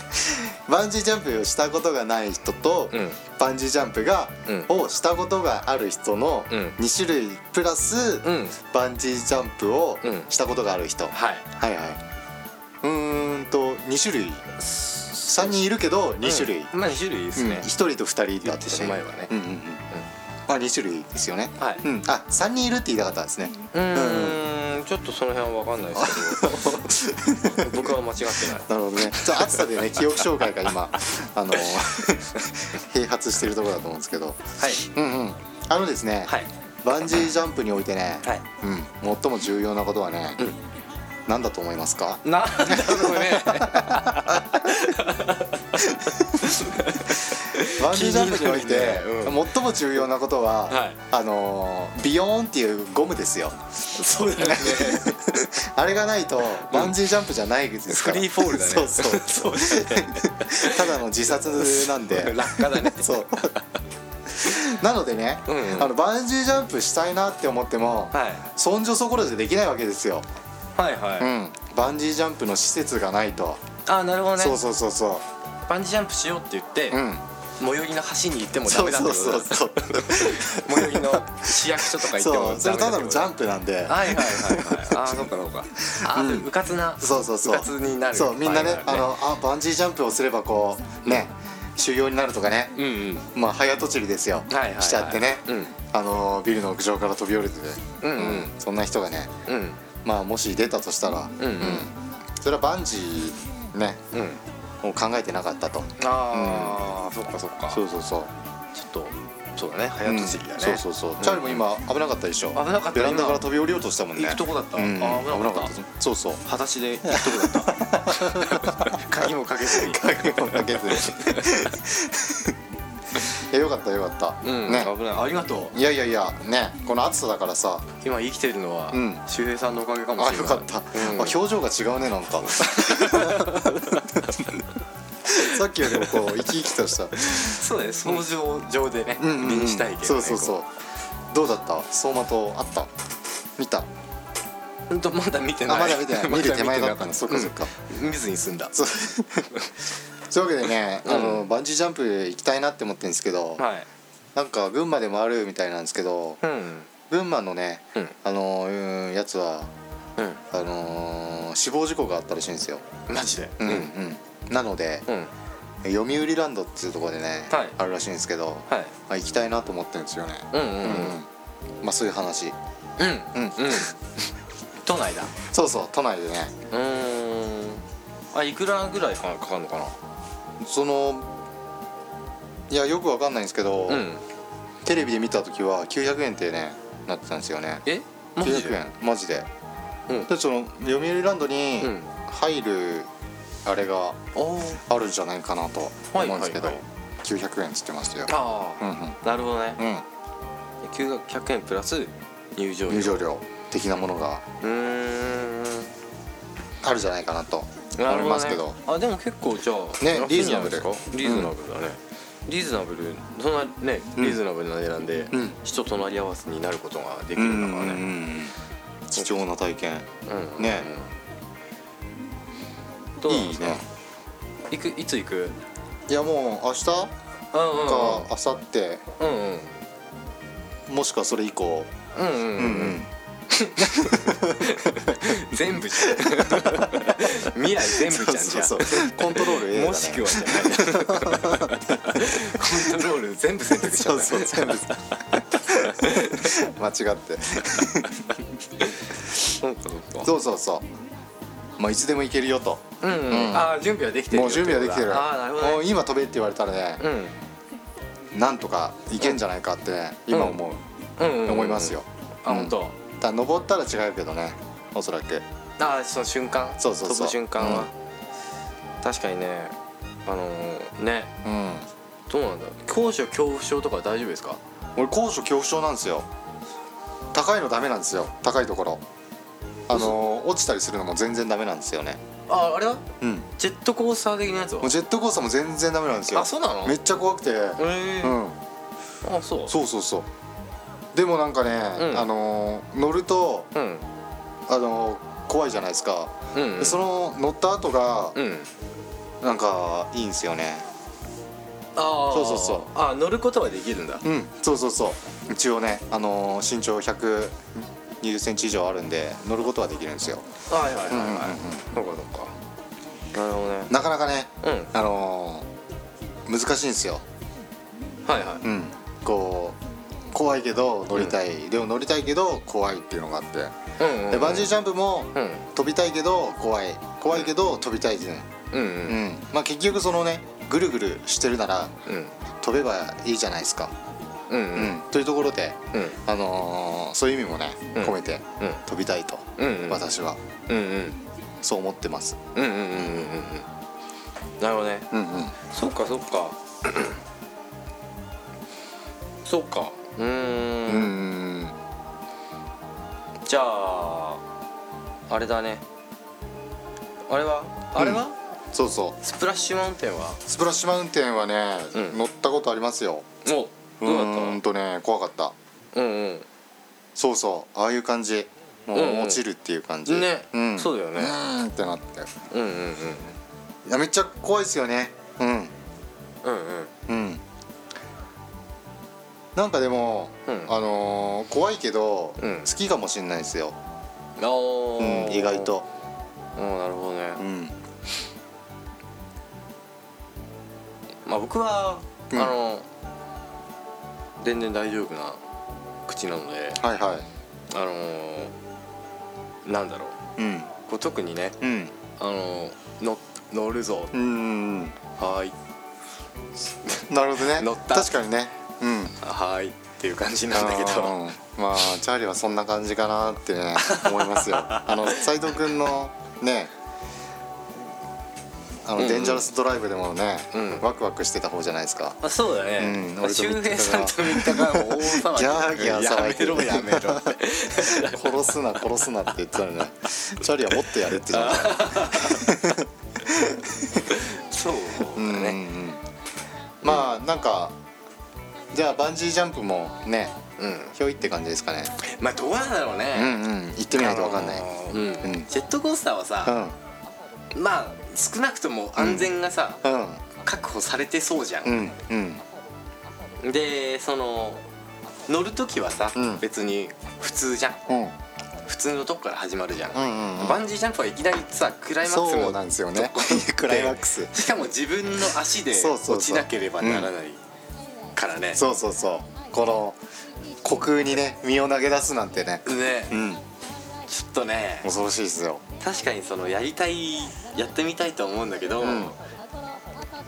Speaker 4: バンジージャンプをしたことがない人と、
Speaker 3: うん
Speaker 4: バンジージャンプが、
Speaker 3: うん
Speaker 4: をしたことがある人の
Speaker 3: うん
Speaker 4: 2種類プラス、
Speaker 3: うん
Speaker 4: バンジージャンプを
Speaker 3: うん
Speaker 4: したことがある人、は
Speaker 3: はい
Speaker 4: いはいうーんと2種類3人いるけど2種類、
Speaker 3: うんまあ2種類です
Speaker 4: うん
Speaker 3: ね
Speaker 4: 1、人と2人だ
Speaker 3: や
Speaker 4: っ
Speaker 3: ったてしまえばね
Speaker 4: うんうんうんまあ2種類ですよね、
Speaker 3: はい
Speaker 4: うん、あ3人いるって言いたかったんですね
Speaker 3: うーんちょっとその辺は分かんないです けど僕は間違ってない
Speaker 4: なるほどねちょっと暑さ でね記憶障害が今あの 併発してるところだと思うんですけど
Speaker 3: はい
Speaker 4: うんうんあのですね、
Speaker 3: はい
Speaker 4: バンジージャンプにおいてね、
Speaker 3: はい
Speaker 4: うん、最も重要なことはね、
Speaker 3: うん
Speaker 4: 何だと思いますか
Speaker 3: なんだろうね
Speaker 4: バンジージャンプにおい
Speaker 3: 気にな
Speaker 4: て、
Speaker 3: るね
Speaker 4: 最も重要なことは、
Speaker 3: はい
Speaker 4: あのービヨーンっていうゴムですよ
Speaker 3: そうだね
Speaker 4: あれがないとバンジージャンプじゃないですか
Speaker 3: フ
Speaker 4: ら、
Speaker 3: リーフォールだね
Speaker 4: そうそう
Speaker 3: そうだね
Speaker 4: ただの自殺な んで
Speaker 3: 落下だね
Speaker 4: そうなのでね、
Speaker 3: うんうん
Speaker 4: あのバンジージャンプしたいなって思っても、
Speaker 3: はい
Speaker 4: そんじょそこらじゃできないわけですよ、
Speaker 3: はいはい、
Speaker 4: うん、バンジージャンプの施設がないと、
Speaker 3: ああなるほどね
Speaker 4: そうそうそうそ
Speaker 3: バンジージャンプしようって言って、
Speaker 4: ううん
Speaker 3: 最寄りの橋に行ってもダ
Speaker 4: そ
Speaker 3: メ
Speaker 4: う
Speaker 3: だって
Speaker 4: そ
Speaker 3: こ
Speaker 4: う
Speaker 3: と
Speaker 4: そ
Speaker 3: だ
Speaker 4: うそう
Speaker 3: 最寄りの市役所とか行ってもダメ
Speaker 4: そうそれただのジャ
Speaker 3: ン
Speaker 4: ンプなん で
Speaker 3: はいはいはいはいああそうかそうかああ、ううかつな
Speaker 4: そうそうそう
Speaker 3: うかつになる
Speaker 4: そうみんなね
Speaker 3: 場合が
Speaker 4: あ
Speaker 3: あるね
Speaker 4: のあバンジージャンプをすればこうね修行になるとかね、
Speaker 3: うんうん
Speaker 4: まあ早とちりですよ、
Speaker 3: はいはいはい
Speaker 4: しちゃってね、
Speaker 3: うん
Speaker 4: あのビルの屋上から飛び降りてね、
Speaker 3: うんうん
Speaker 4: そんな人がね
Speaker 3: うん
Speaker 4: まあもし出たとしたら、
Speaker 3: うんうん
Speaker 4: それはバンジーね
Speaker 3: うん
Speaker 4: もう考えてなかったと
Speaker 3: ああ、そっかそっか
Speaker 4: そうそうそう
Speaker 3: ちょっとそうだね早とちりだね、
Speaker 4: うんそうそうそう、チャーリーも今危なかったでしょ危
Speaker 3: なかった
Speaker 4: ベランダから飛び降りようとしたもんね
Speaker 3: 行くとこだった、
Speaker 4: うん、
Speaker 3: ああ危なかった
Speaker 4: そう そう
Speaker 3: 裸足で行くとこだった鍵もかけずに
Speaker 4: 鍵もかけずに えよかったよかった、
Speaker 3: うん、
Speaker 4: ね
Speaker 3: 危ないありがとう
Speaker 4: いやいやいやねこの暑さだからさ
Speaker 3: 今生きてるのは、
Speaker 4: うん
Speaker 3: 周平さんのおかげかもし
Speaker 4: あ
Speaker 3: れない
Speaker 4: よかった、
Speaker 3: うん
Speaker 4: あ表情が違うねなんか さっきよりもこう生き生きとした
Speaker 3: そうだね想像上でね、
Speaker 4: うんうん、う
Speaker 3: 臨
Speaker 4: ん、
Speaker 3: したいけど、ね、
Speaker 4: そうそうそう
Speaker 3: こ
Speaker 4: どうだった相馬と会った見た
Speaker 3: うほんとまだ見てない
Speaker 4: あまだ見てな い
Speaker 3: ま
Speaker 4: 見る手前だった
Speaker 3: 見てなか
Speaker 4: のそっかそっか、
Speaker 3: うん見ずに済んだ
Speaker 4: そうそういうわけでね、あ
Speaker 3: う
Speaker 4: の
Speaker 3: ん
Speaker 4: バンジージャンプ行きたいなって思ってるんですけど、
Speaker 3: はい
Speaker 4: なんか群馬でもあるみたいなんですけど
Speaker 3: うん
Speaker 4: 群馬のね、
Speaker 3: うん
Speaker 4: あのうんやつは
Speaker 3: うん
Speaker 4: あのー死亡事故があったらしいんですよ、
Speaker 3: マジで
Speaker 4: うんうんなので、
Speaker 3: うん
Speaker 4: 読売ランドっていうところでね、
Speaker 3: はい
Speaker 4: あるらしいんですけど、
Speaker 3: はい
Speaker 4: まあ、行きたいなと思ってるんですよね、
Speaker 3: うんうんうん
Speaker 4: まあそういう話
Speaker 3: うん
Speaker 4: うん
Speaker 3: うん 都内だ
Speaker 4: そうそう都内でね
Speaker 3: うーんあいくらぐらいかかかるのか
Speaker 4: そのいやよくわかんないんですけど、
Speaker 3: なうん
Speaker 4: テレビで見た時は900円ってねなってたんですよね
Speaker 3: えマジ
Speaker 4: 900
Speaker 3: で
Speaker 4: 円マジで、
Speaker 3: うん
Speaker 4: でその読売ランドに
Speaker 3: うん
Speaker 4: 入るあれが
Speaker 3: おー
Speaker 4: あるんじゃないかなと
Speaker 3: は
Speaker 4: 思
Speaker 3: い
Speaker 4: うんですけど、
Speaker 3: はいは
Speaker 4: 900円っつってましたよ
Speaker 3: あ
Speaker 4: うん
Speaker 3: あなるほどね
Speaker 4: うんうん
Speaker 3: 900円プラス入場料
Speaker 4: 入場料的なものが
Speaker 3: うーん
Speaker 4: あるじゃないかなと
Speaker 3: な
Speaker 4: 思
Speaker 3: る
Speaker 4: い
Speaker 3: ほど
Speaker 4: ます
Speaker 3: ね
Speaker 4: けど
Speaker 3: あでも結構じゃあ
Speaker 4: ね
Speaker 3: 安いんじゃないですか
Speaker 4: リ
Speaker 3: リ
Speaker 4: ー
Speaker 3: ー
Speaker 4: ズ
Speaker 3: ズ
Speaker 4: ナ
Speaker 3: ナ
Speaker 4: ブ
Speaker 3: ブルだねリーズナブルそんなね
Speaker 4: うん
Speaker 3: リーズナブルな値段で
Speaker 4: うん
Speaker 3: 人となり合わせになることができ
Speaker 4: う
Speaker 3: る
Speaker 4: ん
Speaker 3: んだ
Speaker 4: う
Speaker 3: か
Speaker 4: ん
Speaker 3: ら
Speaker 4: う
Speaker 3: ね
Speaker 4: ん貴重な体験
Speaker 3: うん
Speaker 4: ね
Speaker 3: うんどうなん
Speaker 4: い
Speaker 3: で
Speaker 4: い
Speaker 3: すか
Speaker 4: ね
Speaker 3: 行くいつ行く
Speaker 4: いやもう明日か
Speaker 3: うんうん
Speaker 4: 明後
Speaker 3: うんうん
Speaker 4: 日もしくはそれ以降
Speaker 3: うんうんうんうん全部じゃん 未来全部じゃんじ
Speaker 4: そう
Speaker 3: ゃあ
Speaker 4: そうコントロール A だね
Speaker 3: もしくはじゃないコントロール全部選択しちゃ
Speaker 4: そううそう全部間違って
Speaker 3: そうかそうか
Speaker 4: そうそうそうまあいつでも行けるよと
Speaker 3: うんうん
Speaker 4: うん
Speaker 3: ああ準備はできてるよ
Speaker 4: もう準備はできてる
Speaker 3: ああなるほど
Speaker 4: もう
Speaker 3: ね
Speaker 4: 今飛べって言われたらね
Speaker 3: うん
Speaker 4: なんとか行けんじゃないかってね
Speaker 3: ん
Speaker 4: 今思う
Speaker 3: うんうんうん
Speaker 4: 思いますよ
Speaker 3: あ
Speaker 4: うん
Speaker 3: 本当
Speaker 4: ただ登ったら違うけどねおそらく
Speaker 3: ああその瞬間
Speaker 4: そうそうそう
Speaker 3: 飛ぶ瞬間は確かにねあのーね
Speaker 4: うん
Speaker 3: どうなんだろう高所恐怖症とか大丈夫ですか
Speaker 4: 俺高所恐怖症なんですよ高いのダメなんですよ高いところあのー落ちたりするのも全然ダメなんですよね
Speaker 3: あああれは
Speaker 4: うん
Speaker 3: ジェットコースター的なやつは
Speaker 4: もうジェットコースターも全然ダメなんですよ
Speaker 3: あそうなの
Speaker 4: めっちゃ怖くてう
Speaker 3: ええ
Speaker 4: ん
Speaker 3: あそう
Speaker 4: そうそうそうでもなんかね、
Speaker 3: うん
Speaker 4: あのー乗ると
Speaker 3: うん
Speaker 4: あのー怖いじゃないですか、
Speaker 3: うんうん
Speaker 4: でその乗った後が
Speaker 3: うん
Speaker 4: なんかいいんですよね
Speaker 3: ああ
Speaker 4: そうそうそう
Speaker 3: ああ乗ることはできるんだ
Speaker 4: うんそうそうそう一応ねあのー身長1 2 0ンチ以上あるんで乗ることはできるんですよ
Speaker 3: はいはいはい
Speaker 4: うんうんうん
Speaker 3: はいそうかそうかなるほどね
Speaker 4: なかなかね
Speaker 3: うん
Speaker 4: あのー難しいんですよ
Speaker 3: はいはい
Speaker 4: うんこう怖いけど乗りたい、でも乗りたいけど怖いっていうのがあって、
Speaker 3: うんうんうん
Speaker 4: でバンジージャンプも
Speaker 3: うん
Speaker 4: 飛びたいけど怖い怖いけど飛びたいっていう
Speaker 3: うん
Speaker 4: う
Speaker 3: うん
Speaker 4: んまあ結局そのねぐるぐるしてるなら
Speaker 3: うん
Speaker 4: 飛べばいいじゃないですか、
Speaker 3: うん
Speaker 4: う
Speaker 3: うん
Speaker 4: んというところで、
Speaker 3: うん
Speaker 4: あのーそういう意味もね
Speaker 3: うん
Speaker 4: 込めて
Speaker 3: うん
Speaker 4: 飛びたいと、
Speaker 3: うんうん
Speaker 4: 私は
Speaker 3: うんうん
Speaker 4: そう思ってます
Speaker 3: うんうんうんうんうんうんなるほどね
Speaker 4: うんうん
Speaker 3: そっかそっ かそっかうー
Speaker 4: うんん
Speaker 3: じゃああれだねあれはあれは、
Speaker 4: そうそう
Speaker 3: スプラッシュマウンテンは
Speaker 4: スプラッシュマウンテンはね、
Speaker 3: うん
Speaker 4: 乗ったことありますよ
Speaker 3: おどうだった
Speaker 4: ーんとね怖かった
Speaker 3: うんうん
Speaker 4: そうそうああいう感じもう
Speaker 3: うんうん
Speaker 4: 落ちるっていう感じ、
Speaker 3: ね
Speaker 4: うん、
Speaker 3: そうだよね
Speaker 4: うーんってなって
Speaker 3: うんうんうん
Speaker 4: いやめっちゃ怖いですよねうん
Speaker 3: うんうん
Speaker 4: うんなんかでも、
Speaker 3: うん
Speaker 4: あのー怖いけど、
Speaker 3: うん
Speaker 4: 好きかもしれないですよ、
Speaker 3: お
Speaker 4: う
Speaker 3: ー
Speaker 4: ん、意外と、
Speaker 3: おーなるほどね
Speaker 4: うん、
Speaker 3: まあ僕はあ
Speaker 4: うん
Speaker 3: の全然大丈夫な口なので
Speaker 4: はいは
Speaker 3: あのーなんだろう
Speaker 4: いうん
Speaker 3: こう特にね
Speaker 4: うん
Speaker 3: あのの乗るぞ、
Speaker 4: うん
Speaker 3: はーい
Speaker 4: なるほどね
Speaker 3: 乗った
Speaker 4: 確かにねうん
Speaker 3: はーいっていう感じなんだけ
Speaker 4: あ
Speaker 3: ど
Speaker 4: ーまあチャーリーはそんな感じかなってね思い ますよあの斎藤君のねあの、
Speaker 3: うんうん
Speaker 4: デンジャラスドライブでもね、
Speaker 3: うん
Speaker 4: ワクワクしてた方じゃないですか
Speaker 3: あそうだね
Speaker 4: うん、俺と
Speaker 3: 周
Speaker 4: 三
Speaker 3: 平
Speaker 4: 鷹
Speaker 3: さんと三鷹が大騒ぎ
Speaker 4: ギャーギャー騒いでる
Speaker 3: やめろやめろって
Speaker 4: 殺すな殺すなって言ってたのにねチャーリーはもっとやれって言ってた
Speaker 3: そう
Speaker 4: うんうん
Speaker 3: だ
Speaker 4: う
Speaker 3: ね
Speaker 4: んまあなんかじゃあバンジージャンプもね
Speaker 3: うん、
Speaker 4: ひょいって感じですかね
Speaker 3: まあどうなんだろう
Speaker 4: うん
Speaker 3: ね、
Speaker 4: うん行ってみないとわかんない、
Speaker 3: あ
Speaker 4: う
Speaker 3: のーうん
Speaker 4: うん
Speaker 3: ジェットコースターはさ、
Speaker 4: ん
Speaker 3: まあ少なくとも安全がさ、確保されてそうじゃ、
Speaker 4: うんんうん
Speaker 3: でその乗る時はさ、
Speaker 4: うん
Speaker 3: 別に普通じゃん
Speaker 4: うん
Speaker 3: 普普通のとこから始まるじゃん、
Speaker 4: うんうんうん
Speaker 3: バンジージャンプはいきなりさクライマックス
Speaker 4: そう
Speaker 3: の
Speaker 4: なんですよね
Speaker 3: とこに
Speaker 4: クライマックス
Speaker 3: しかも自分の足で
Speaker 4: そうそうそう
Speaker 3: 落ちなければならないからね
Speaker 4: そうそうそうこの虚空にね身を投げ出すなんてね
Speaker 3: ね
Speaker 4: うん
Speaker 3: ちょっとね
Speaker 4: 恐ろしいですよ
Speaker 3: 確かにそのやりたいやってみたいと思うんだけど、
Speaker 4: ん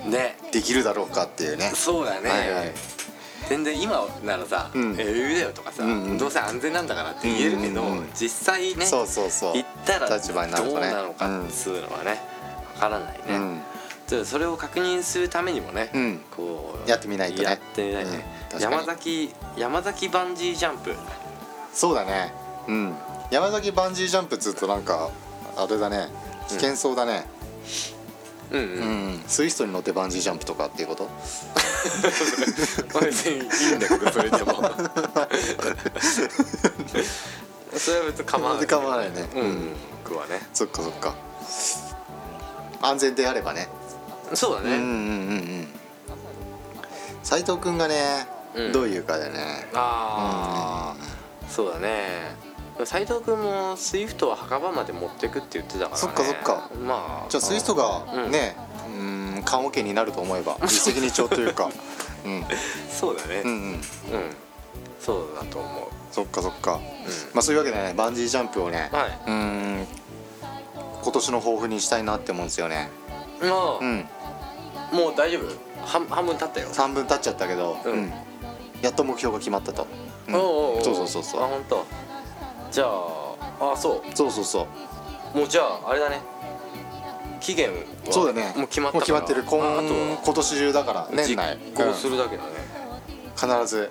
Speaker 3: ね
Speaker 4: できるだろうかっていうね
Speaker 3: そうだね、
Speaker 4: はいはい
Speaker 3: 全然今ならさ「
Speaker 4: うん
Speaker 3: えー余裕だよ」とかさ、
Speaker 4: うんうん
Speaker 3: どうせ安全なんだから」って言えるけど、
Speaker 4: うんうんうん
Speaker 3: 実際ね
Speaker 4: そうそうそう
Speaker 3: 行ったら
Speaker 4: 立場になる
Speaker 3: ど
Speaker 4: と
Speaker 3: う
Speaker 4: ね
Speaker 3: なのかっつうのはねわからないね、
Speaker 4: うん
Speaker 3: ちょっとそれを確認するためにもね、
Speaker 4: うん
Speaker 3: こう
Speaker 4: やってみないとね
Speaker 3: やってみないね
Speaker 4: うん確かに
Speaker 3: 山崎山崎バンジージャンプ
Speaker 4: そうだねうん山崎バンジージャンプっつうとなんかあれだね危険そうだね
Speaker 3: うん
Speaker 4: う
Speaker 3: うん、
Speaker 4: ん、スイストに乗ってバンジージャンプとかっていうこと
Speaker 3: 別にいいんだけどそれ でもそれは別に構わない
Speaker 4: 構わないね
Speaker 3: うん、うん、僕はね
Speaker 4: そっかそっか安全であればね
Speaker 3: そうだ
Speaker 4: うんうん
Speaker 3: ね、
Speaker 4: うんうん斎藤君がね、
Speaker 3: うん
Speaker 4: どういうかだよね
Speaker 3: ああ、
Speaker 4: あ
Speaker 3: そうだね斉藤君もスイフトは墓場まで持ってくって言ってたからね
Speaker 4: そっかそっか
Speaker 3: まあ
Speaker 4: じゃあスイスト
Speaker 3: う
Speaker 4: が
Speaker 3: ん
Speaker 4: ねうん棺桶になると思え ば一石二鳥というか、うん、
Speaker 3: そうだね
Speaker 4: う
Speaker 3: うんん、
Speaker 4: うん
Speaker 3: そうだと思う
Speaker 4: そっかそっか
Speaker 3: う
Speaker 4: まあそういうわけでねバンジージャンプをね
Speaker 3: んはい
Speaker 4: うん今年の抱負にしたいなって思うんですよね
Speaker 3: も
Speaker 4: うん
Speaker 3: うもう大丈夫半半分経ったよ
Speaker 4: 3分経っちゃったけど、
Speaker 3: うん
Speaker 4: うんやっと目標が決まったと、うん
Speaker 3: おうおうお
Speaker 4: そうそうそうそう
Speaker 3: あ本当。じゃああそ
Speaker 4: そうそうそう
Speaker 3: うもうじゃああれだね期限は
Speaker 4: そうだね
Speaker 3: もう決まった
Speaker 4: もう決まってる今
Speaker 3: ああとは
Speaker 4: 今年中だから年内
Speaker 3: 実行するだけだね、
Speaker 4: うん必ず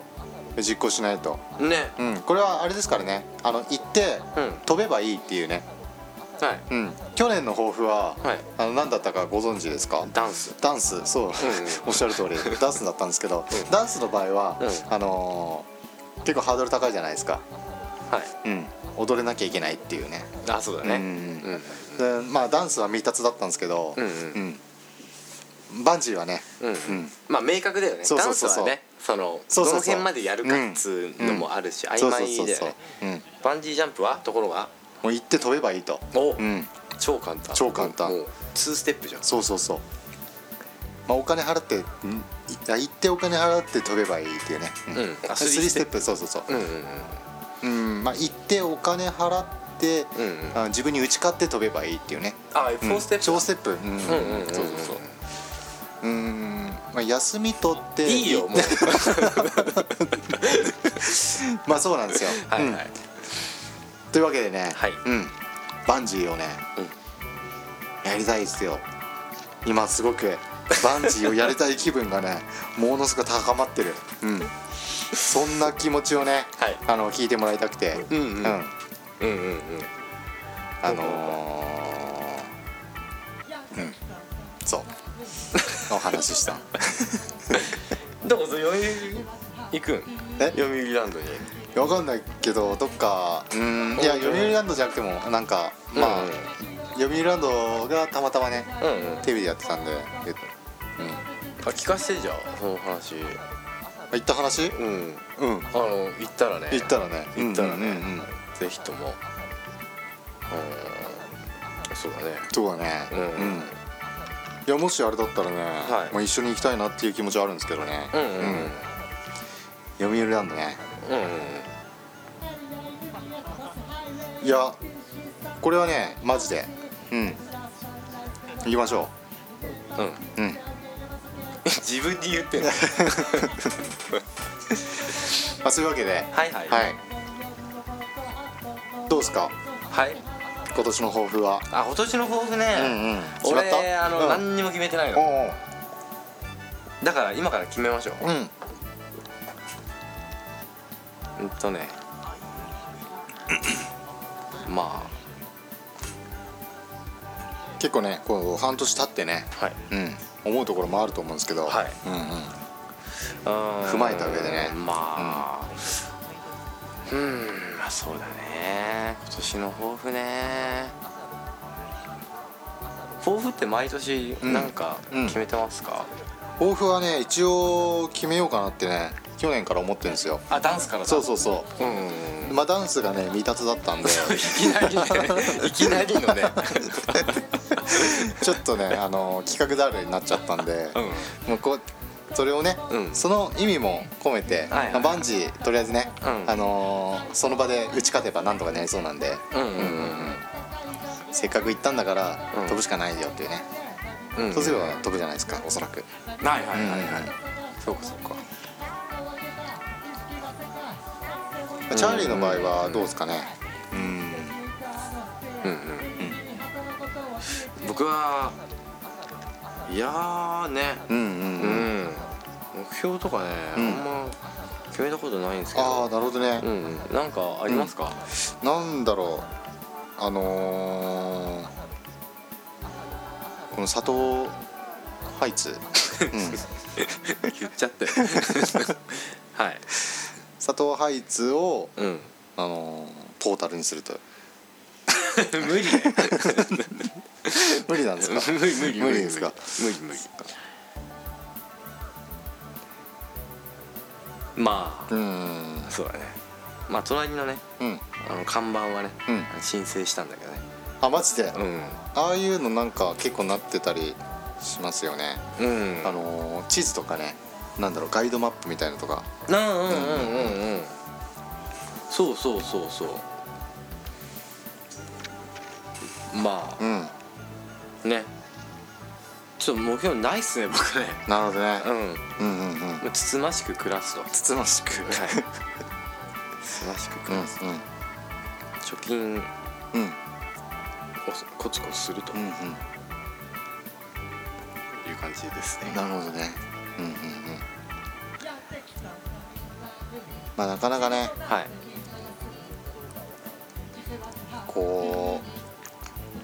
Speaker 4: 実行しないと、
Speaker 3: ね
Speaker 4: うん、これはあれですからねあの行って、
Speaker 3: うん
Speaker 4: 飛べばいいっていうね、
Speaker 3: はい
Speaker 4: うん、去年の抱負は、
Speaker 3: はい
Speaker 4: あの何だったかご存知ですか
Speaker 3: ダンス
Speaker 4: ダンスそう、 おっしゃる通りダンスだったんですけど、
Speaker 3: うん
Speaker 4: ダンスの場合は、
Speaker 3: う
Speaker 4: あのー結構ハードル高いじゃないですか、
Speaker 3: はい
Speaker 4: うん、踊れなきゃいけないっていうね
Speaker 3: あそうだね
Speaker 4: うん
Speaker 3: うん
Speaker 4: でまあダンスは未達だったんですけど、
Speaker 3: うん
Speaker 4: うんバンジーはね、
Speaker 3: うん
Speaker 4: ん
Speaker 3: まあ明確だよね
Speaker 4: そうそうそ
Speaker 3: ダ
Speaker 4: う
Speaker 3: ンス
Speaker 4: そう
Speaker 3: はねその
Speaker 4: そうそうそう
Speaker 3: どの辺までやるかっつうのもあるし、曖昧だよね
Speaker 4: う、うん、も
Speaker 3: バンジージャンプはところが
Speaker 4: う行って飛べばいいと、
Speaker 3: お、
Speaker 4: うん、
Speaker 3: 超簡単
Speaker 4: 超簡単
Speaker 3: もう2ステップじゃん
Speaker 4: そうそうそう、まあ、お金払って、うん、いや行ってお金払って飛べばいいっていうね、
Speaker 3: うんあ
Speaker 4: ス
Speaker 3: ス
Speaker 4: リ
Speaker 3: リー
Speaker 4: ーステップそうそうそう、
Speaker 3: うんうんうん
Speaker 4: うんまあ、行ってお金払って、
Speaker 3: うんうん
Speaker 4: あ自分に打ち勝って飛べばいいっていうね
Speaker 3: あ4ステップだ、
Speaker 4: 超ステップ、うん
Speaker 3: うんうんうんうん
Speaker 4: そうそうそううん、まあ、休み取って
Speaker 3: いいよもう
Speaker 4: まあそうなんですよ、
Speaker 3: はい
Speaker 4: うん
Speaker 3: はい、
Speaker 4: というわけでね、
Speaker 3: はい
Speaker 4: うん、バンジーをね、やりたいですよ今すごくバンジーをやりたい気分がね ものすごく高まってる、うん、そんな気持ちをね、
Speaker 3: はい
Speaker 4: あの聞いてもらいたくて、
Speaker 3: うんうんうんうんうんうん
Speaker 4: あのーうんそ うお話しした
Speaker 3: どこぞ読売行くん
Speaker 4: え
Speaker 3: 読売ランドに
Speaker 4: わかんないけどどっかうんいや読売ランドじゃなくてもなんかまあ、
Speaker 3: うんうん
Speaker 4: 読売ランドがたまたまね
Speaker 3: うんうんあ
Speaker 4: テレビでやってたんで、えっとうんま
Speaker 3: 聞かせてじゃあその話
Speaker 4: あ行った話
Speaker 3: うん
Speaker 4: うん
Speaker 3: あの行ったらね
Speaker 4: 行ったらね
Speaker 3: 行ったらね、
Speaker 4: うんうんうん
Speaker 3: ぜひともうんそうだね
Speaker 4: そうだね
Speaker 3: うん
Speaker 4: うんいやもしあれだったらね、
Speaker 3: はい
Speaker 4: まあ、一緒に行きたいなっていう気持ちはあるんですけどね、
Speaker 3: うんうんうん
Speaker 4: 読売ランドね
Speaker 3: うんうん
Speaker 4: いやこれはねマジでうん行きましょ
Speaker 3: うんうん
Speaker 4: ううん
Speaker 3: 自分に言ってん の
Speaker 4: まあそういうわけで
Speaker 3: はいはい
Speaker 4: はいどうですか
Speaker 3: はい
Speaker 4: 今年の抱負は
Speaker 3: あ今年の抱負
Speaker 4: うん
Speaker 3: ね、
Speaker 4: うん
Speaker 3: 俺あの、
Speaker 4: うん
Speaker 3: 何にも決めてない
Speaker 4: お
Speaker 3: の
Speaker 4: う
Speaker 3: だから今から決めましょう
Speaker 4: おううん
Speaker 3: うんとねま
Speaker 4: 結構ねこう半年経ってね
Speaker 3: あはい
Speaker 4: うん思うところもあると思うんですけど
Speaker 3: はい
Speaker 4: うんうん踏
Speaker 3: 踏
Speaker 4: まえた上でね
Speaker 3: まあうんまあそうだね今年の抱負ね抱負って毎年
Speaker 4: うん
Speaker 3: なんか
Speaker 4: うん
Speaker 3: 決めてますか、
Speaker 4: 抱負はね一応決めようかなってね去年から思ってるんですよ
Speaker 3: あダンスからだ
Speaker 4: そうそうそう
Speaker 3: うんうんうん
Speaker 4: まあダンスがね未達だったん
Speaker 3: い
Speaker 4: で
Speaker 3: きなりねいきなりのね
Speaker 4: ちょっとねあの企画だるになっちゃったんで、
Speaker 3: うん
Speaker 4: もうこうそれをね、
Speaker 3: うん
Speaker 4: その意味も込めて、
Speaker 5: はいはい
Speaker 4: まあ、バンジーとりあえずね、
Speaker 3: うん
Speaker 4: あのーその場で打ち勝てばなんとかなりそうなんで、
Speaker 3: うんうん
Speaker 4: せっかく行ったんだから、
Speaker 3: うん
Speaker 4: 飛ぶしかないよっていうね、
Speaker 3: うんうん
Speaker 4: そうすれば飛ぶじゃないですかおそらく、
Speaker 3: はいはいはいはい、
Speaker 4: うん
Speaker 3: そうかそうか
Speaker 4: まあチャーリーの場合はどうですかねうん
Speaker 3: うんうん僕はいやーね
Speaker 4: うん
Speaker 3: う
Speaker 4: うん、うん、
Speaker 3: ん目標とかね、
Speaker 4: うん
Speaker 3: あんま決めたことないんですけ
Speaker 4: ああ
Speaker 3: ど
Speaker 4: なるほどね
Speaker 3: う、んうんなんかありますか、
Speaker 4: なんだろうあのーこの佐藤ハイツ、 うん
Speaker 3: 言っちゃって はい
Speaker 4: 佐藤ハイツを、
Speaker 3: うん
Speaker 4: あのートータルにすると
Speaker 3: 無理ね
Speaker 4: 無理なんですか
Speaker 3: 無理無理
Speaker 4: 無理ですか
Speaker 3: 無理無理ま
Speaker 4: う
Speaker 3: あ
Speaker 4: ーん
Speaker 3: そうだねまあ隣のね
Speaker 4: うん
Speaker 3: あの看板はね、
Speaker 4: うん
Speaker 3: 申請したんだけどね
Speaker 4: あマジで、
Speaker 3: う
Speaker 4: ああいうのなんか結構なってたりしますよね、
Speaker 3: んうん
Speaker 4: あのー地図とかねなんだろうガイドマップみたいなのとか
Speaker 3: なあうんうんうんうんそうそうそうそうま
Speaker 4: うん
Speaker 3: あねちょっと目標ないっすね僕ね
Speaker 4: なるほどね、
Speaker 3: うん
Speaker 4: うん、うんうん
Speaker 3: まあつつましく暮らすとはい
Speaker 4: つつましく
Speaker 3: つつましく
Speaker 4: うん
Speaker 3: 暮
Speaker 4: うん
Speaker 3: らす、貯金を
Speaker 4: うん
Speaker 3: コツコツすると
Speaker 4: う
Speaker 3: い
Speaker 4: ん
Speaker 3: う感じです
Speaker 4: う
Speaker 3: ね
Speaker 4: んなるほどねうんうんうんまあなかなかね
Speaker 3: はい
Speaker 4: こ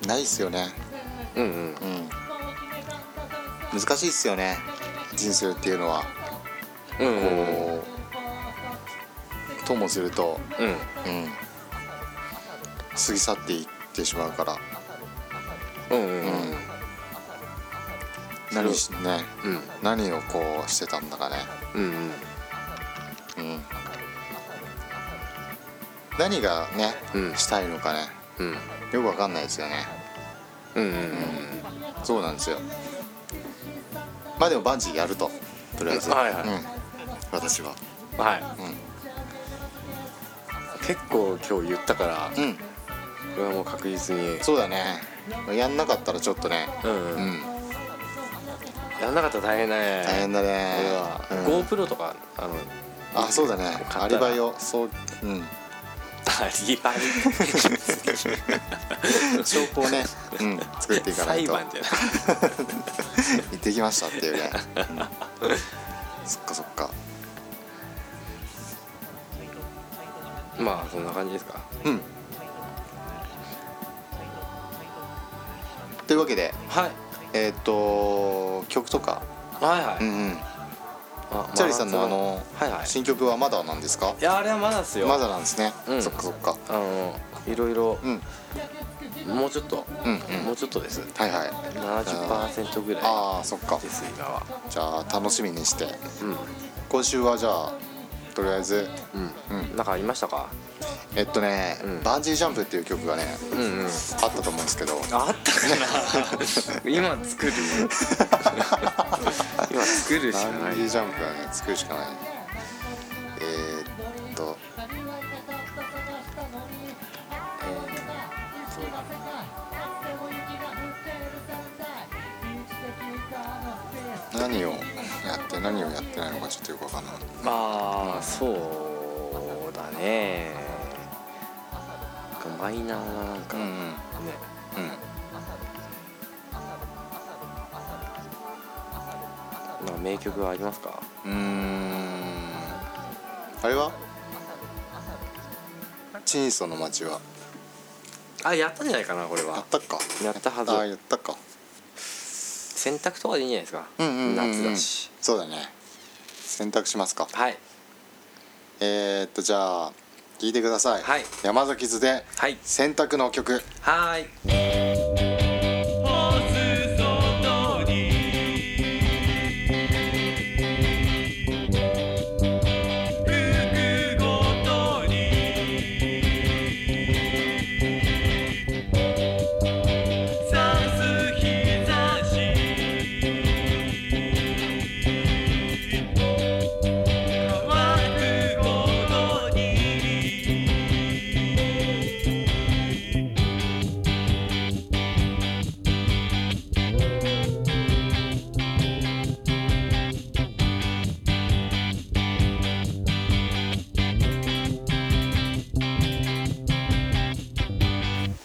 Speaker 4: うないっすよね
Speaker 3: うんうん
Speaker 4: うん難しいっすよね人生っていうのは
Speaker 3: うんうんうん
Speaker 4: こうともすると、
Speaker 3: うん
Speaker 4: うん、過ぎ去っていってしまうから
Speaker 3: うんうんうん
Speaker 4: 何しね
Speaker 3: うん
Speaker 4: 何をこうしてたんだかね、
Speaker 3: うんうん
Speaker 4: うん、何がね、
Speaker 3: うん
Speaker 4: したいのかね
Speaker 3: うん
Speaker 4: よくわかんないですよね
Speaker 3: うんうんうん
Speaker 4: そうなんですよまあでもバンジーやるととりあえず、
Speaker 3: はいはい
Speaker 4: うん、私は
Speaker 3: はい、
Speaker 4: うん
Speaker 3: 結構今日言ったから
Speaker 4: うん
Speaker 3: これはもう確実に
Speaker 4: そうだねやんなかったらちょっとね
Speaker 3: うん、
Speaker 4: うん
Speaker 3: やらなかったら大変だね
Speaker 4: 大変だね
Speaker 3: これは、
Speaker 4: うん
Speaker 3: GoPro とかあの
Speaker 4: あそうだね
Speaker 3: 買ったら
Speaker 4: アリバイをそううん
Speaker 3: あリバイ
Speaker 4: 証拠 をね、うん、作っていかな
Speaker 3: 裁
Speaker 4: いと
Speaker 3: 判じゃ ない
Speaker 4: 行ってきましたっていう ね、うんそっかそっか
Speaker 3: まあそんな感じですか
Speaker 4: うんというわけで
Speaker 3: はい
Speaker 4: えーっ、と曲とか
Speaker 3: はいはい、
Speaker 4: うんうん
Speaker 3: あ
Speaker 4: チャーリーさんの
Speaker 3: ま
Speaker 4: あの
Speaker 3: はいはい
Speaker 4: 新曲はまだなんですか
Speaker 3: いやあれはまだですよ
Speaker 4: まだなんですね、
Speaker 3: うん
Speaker 4: そっかそっか
Speaker 3: あのいろいろ
Speaker 4: うん
Speaker 3: もうちょっと、
Speaker 4: うんうん
Speaker 3: もうちょっとです
Speaker 4: はいはい
Speaker 3: 70%ぐらい
Speaker 4: ああそっか
Speaker 3: です今は
Speaker 4: じゃあ楽しみにして
Speaker 3: うん
Speaker 4: 今週はじゃあとりあえず
Speaker 3: うん、なんかありましたか
Speaker 4: えっとね、
Speaker 3: うん
Speaker 4: バンジージャンプっていう曲がね、
Speaker 3: うんうん
Speaker 4: あったと思うんですけど
Speaker 3: あったかな今作る今作るしか
Speaker 4: バ
Speaker 3: な
Speaker 4: ン
Speaker 3: い
Speaker 4: ジージャンプはね作るしかないえー、っと何をやって何をやってないのかちょっとよくわかんない
Speaker 3: まあそうだねなんかマイナーななんか、
Speaker 4: うんう
Speaker 3: ね
Speaker 4: ん
Speaker 3: なんか名曲はありますか
Speaker 4: うんうーんあれは小さな町は
Speaker 3: あやったんじゃないかなこれ
Speaker 4: あ
Speaker 3: は
Speaker 4: ったか
Speaker 3: やったはず
Speaker 4: あーやったか
Speaker 3: 洗濯とかでいいんじゃないですか、
Speaker 4: うんうんうん、うん、
Speaker 3: 夏だし
Speaker 4: そうだね選択しますか
Speaker 3: はい
Speaker 4: えー、っとじゃあ聞いてください、
Speaker 3: はい
Speaker 4: 山崎図で
Speaker 3: はい
Speaker 4: 選択の曲
Speaker 3: はーい
Speaker 6: 「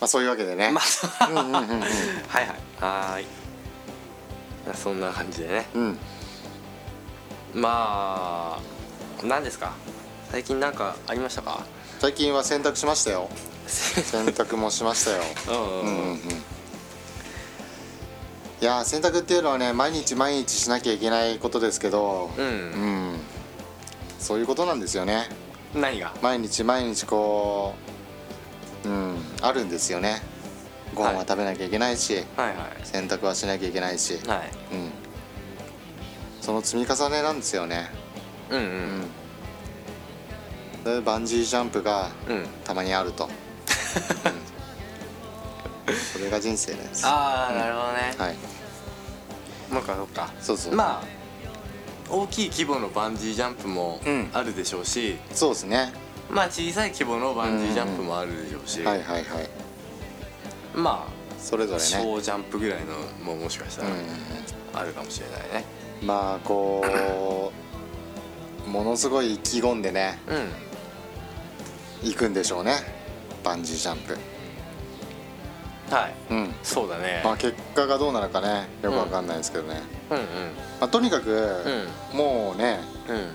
Speaker 4: あ、そういうわけでね、
Speaker 3: まあ、
Speaker 4: うんうんうん
Speaker 3: はいはいはーいそんな感じでね
Speaker 4: うんうん
Speaker 3: まあ何ですか最近なんかありましたか
Speaker 4: 最近は洗濯しましたよ洗濯もしましたよ
Speaker 3: うん
Speaker 4: う
Speaker 3: うん
Speaker 4: うん
Speaker 3: ん
Speaker 4: うんいやー洗濯っていうのはね毎日毎日しなきゃいけないことですけど
Speaker 3: う、
Speaker 4: うんんそういうことなんですよね
Speaker 3: 何が
Speaker 4: 毎日毎日こううんあるんですよねご飯は食べなきゃいけないし、
Speaker 3: はいはい
Speaker 4: 洗濯はしなきゃいけないし、
Speaker 3: はい
Speaker 4: うん、その積み重ねなんですよね、
Speaker 3: うんう
Speaker 4: うんん、でバンジージャンプが
Speaker 3: うん
Speaker 4: たまにあ ると、うんそれが人生なんですは
Speaker 3: ああなるほどね、
Speaker 4: い
Speaker 3: なんかそっか
Speaker 4: そうそう、
Speaker 3: まあ大きい規模のバンジージャンプも
Speaker 4: うん
Speaker 3: あるでしょうし、
Speaker 4: そうですね
Speaker 3: まあ小さい規模のバンジージャンプもあるでしょうし、
Speaker 4: はいはいはい
Speaker 3: ま
Speaker 4: それぞ
Speaker 3: あ
Speaker 4: れね、
Speaker 3: 小ジャンプぐらいのももしかした
Speaker 4: う
Speaker 3: ら
Speaker 4: ん
Speaker 3: あるかもしれないね
Speaker 4: うん、まあこうものすごい意気込んでね
Speaker 3: うん、
Speaker 4: 行くんでしょうねバンジージャンプ
Speaker 3: はい
Speaker 4: うん
Speaker 3: そうだね、
Speaker 4: まあ結果がどうなるかねよくわかんないですけどね、
Speaker 3: うんうん
Speaker 4: まあ、とにかく、
Speaker 3: う
Speaker 4: もうね
Speaker 3: うん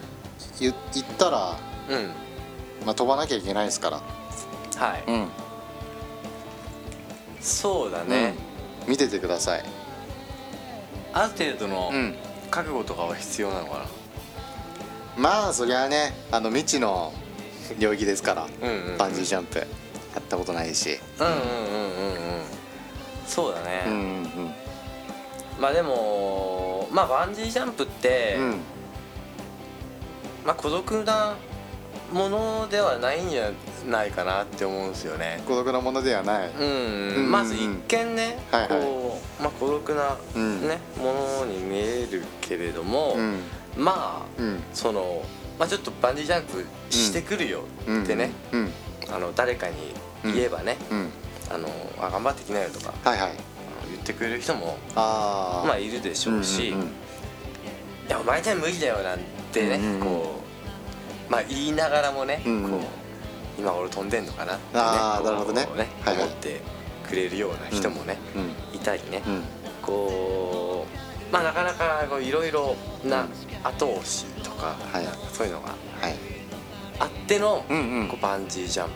Speaker 4: 言言ったら、
Speaker 3: うん
Speaker 4: まあ、飛ばなきゃいけないですから、
Speaker 3: はい、
Speaker 4: うん
Speaker 3: そうだね、
Speaker 4: 見ててください、
Speaker 3: ある程度の
Speaker 4: うん、
Speaker 3: 覚悟とかは必要なのか
Speaker 4: まあそりゃあねあの未知の領域ですから、
Speaker 3: なうんうん
Speaker 4: バンジージャンプやったことないし、
Speaker 3: うんうんうんうんうんそうだね、
Speaker 4: うんうんうん
Speaker 3: まあでもまあバンジージャンプって、
Speaker 4: うん、
Speaker 3: まあ孤独なものではないんじゃないかなって思うんですよね
Speaker 4: 孤独なものではない、
Speaker 3: うん、
Speaker 4: うん
Speaker 3: まず一見ね、
Speaker 4: はいはい
Speaker 3: こう、まあ、孤独な、
Speaker 4: うん
Speaker 3: ねものに見えるけれども、
Speaker 4: うん
Speaker 3: まあ
Speaker 4: うん
Speaker 3: その、まあ、ちょっとバンジージャンプしてくるよ
Speaker 4: うん、
Speaker 3: ってね、
Speaker 4: うん
Speaker 3: あの誰かに言えばね、
Speaker 4: うん
Speaker 3: あのあ頑張ってきなよとか
Speaker 4: はいはい
Speaker 3: あの言ってくれる人も
Speaker 4: ああ
Speaker 3: まあいるでしょうし、
Speaker 4: うんうんうん
Speaker 3: いやお前じゃ無理だよなんてね、
Speaker 4: うんうんうん
Speaker 3: こうまあ言いながらもね、
Speaker 4: うんうん
Speaker 3: こう今俺飛んでんのかなってね
Speaker 4: あー
Speaker 3: こう
Speaker 4: なるほどねはいはい
Speaker 3: 思ってくれるような人もね、
Speaker 4: うん
Speaker 3: いたりね、
Speaker 4: うん
Speaker 3: こうまあなかなかこういろいろな後押しとか、
Speaker 4: はい
Speaker 3: なんかそういうのが
Speaker 4: はい
Speaker 3: あっての、
Speaker 4: うんうん
Speaker 3: こうバンジージャン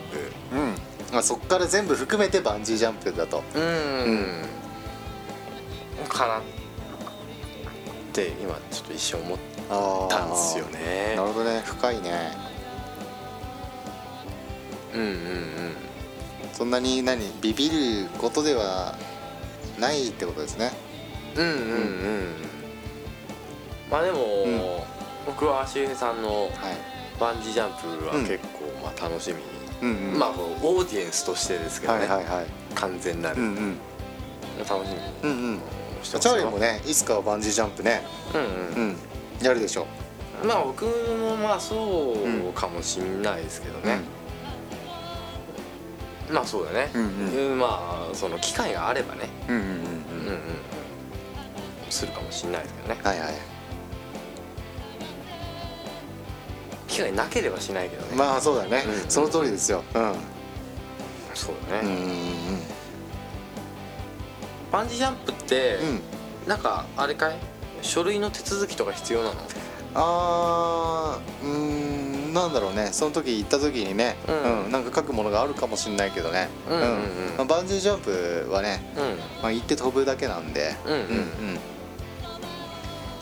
Speaker 4: うんまあ、そっから全部含めてバンジージャンプだと
Speaker 3: プうん、かなって今ちょっと一瞬思っ
Speaker 4: あ
Speaker 3: たんですよね
Speaker 4: なる。ほどね深いね
Speaker 3: うんうんうん
Speaker 4: そんなに何ビビることではないってことですね
Speaker 3: うんうんうんまあでも、
Speaker 4: うん
Speaker 3: 僕は足平さんの
Speaker 4: はい
Speaker 3: バンジージャンプは
Speaker 4: うん
Speaker 3: 結構まあ楽しみに、
Speaker 4: うん
Speaker 3: まあこうオーディエンスとしてですけど
Speaker 4: は
Speaker 3: ね、
Speaker 4: いはいはい
Speaker 3: 完全なる、
Speaker 4: うんうん
Speaker 3: 楽しみに
Speaker 4: うんうん
Speaker 3: して
Speaker 4: チャ
Speaker 3: ますよ
Speaker 4: ーリーもねいつかはバンジージャンプね
Speaker 3: うんう
Speaker 4: うんんやるでしょ
Speaker 3: まあ僕もまあそ
Speaker 4: うん
Speaker 3: うかもしんないですけど
Speaker 4: う
Speaker 3: ね、まあそうだね、
Speaker 4: うんうん
Speaker 3: うんまあその機会があればね、
Speaker 4: うんうん
Speaker 3: うんうんうん、するかもしんないですけどね
Speaker 4: はいはい
Speaker 3: 機会なければしないけどね、
Speaker 4: まあそうだね
Speaker 3: うん
Speaker 4: その通りですようん
Speaker 3: そうだ
Speaker 4: うん
Speaker 3: ね、バンジージャンプって、
Speaker 4: うんうん
Speaker 3: なんかあれかい書類の手続きとか必要なの
Speaker 4: あーうーんなんだろうねその時行った時にね
Speaker 3: うん
Speaker 4: うんなんか書くものがあるかもしれないけどね
Speaker 3: うんうんうん
Speaker 4: まあバンジージャンプはね
Speaker 3: う
Speaker 4: まあ行って飛ぶだけなんで
Speaker 3: んうんうん、
Speaker 4: うん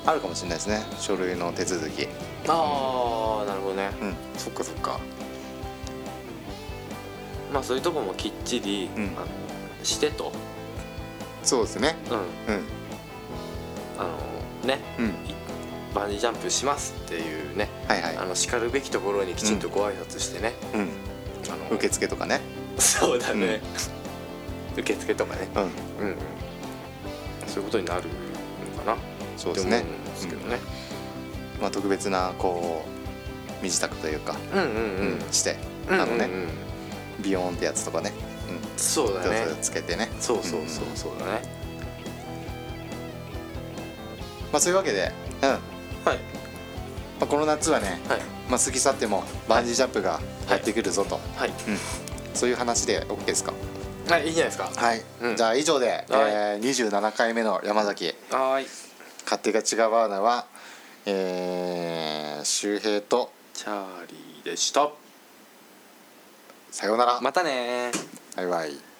Speaker 4: あるかもしれないですね書類の手続き
Speaker 3: ああなるほどね
Speaker 4: うん
Speaker 3: そっかそっかまあそういうとこもきっちり、
Speaker 4: うん
Speaker 3: あのしてと
Speaker 4: そうですね
Speaker 3: うん
Speaker 4: うん
Speaker 3: あのね
Speaker 4: うん
Speaker 3: バンジージャンプしますっていうね
Speaker 4: はいはい
Speaker 3: あのしかるべきところにきちんとご挨拶してね、
Speaker 4: うん
Speaker 3: あの
Speaker 4: 受付とかね
Speaker 3: そうだね、受付とかね
Speaker 4: うん
Speaker 3: うんうんそういうことになるのかな
Speaker 4: そ
Speaker 3: っ
Speaker 4: う
Speaker 3: て思
Speaker 4: です
Speaker 3: う
Speaker 4: ね
Speaker 3: んですけどね
Speaker 4: まあ特別なこう身支度というか
Speaker 3: うんうんうん
Speaker 4: して
Speaker 3: うん
Speaker 4: あのね
Speaker 3: うんうんうん
Speaker 4: ビヨーンってやつとかね
Speaker 3: そうだ
Speaker 4: 手
Speaker 3: ね
Speaker 4: をつけてね
Speaker 3: そうそうそうそうだね
Speaker 4: まあそういうわけでうんま
Speaker 3: はい
Speaker 4: あこの夏はね
Speaker 3: はい
Speaker 4: まあ過ぎ去ってもバンジージャンプが
Speaker 3: い
Speaker 4: やってくるぞと
Speaker 3: はい
Speaker 4: そういう話で OK ですか
Speaker 3: はいいいじゃないですか
Speaker 4: はい、
Speaker 3: うん
Speaker 4: じゃあ以上で、え
Speaker 3: はい
Speaker 4: ー、27回目の山崎
Speaker 3: はーい
Speaker 4: 勝手が違うバーナは、えー、周平と
Speaker 3: チャーリーでした
Speaker 4: さようなら、
Speaker 3: またねー
Speaker 4: バイバイ。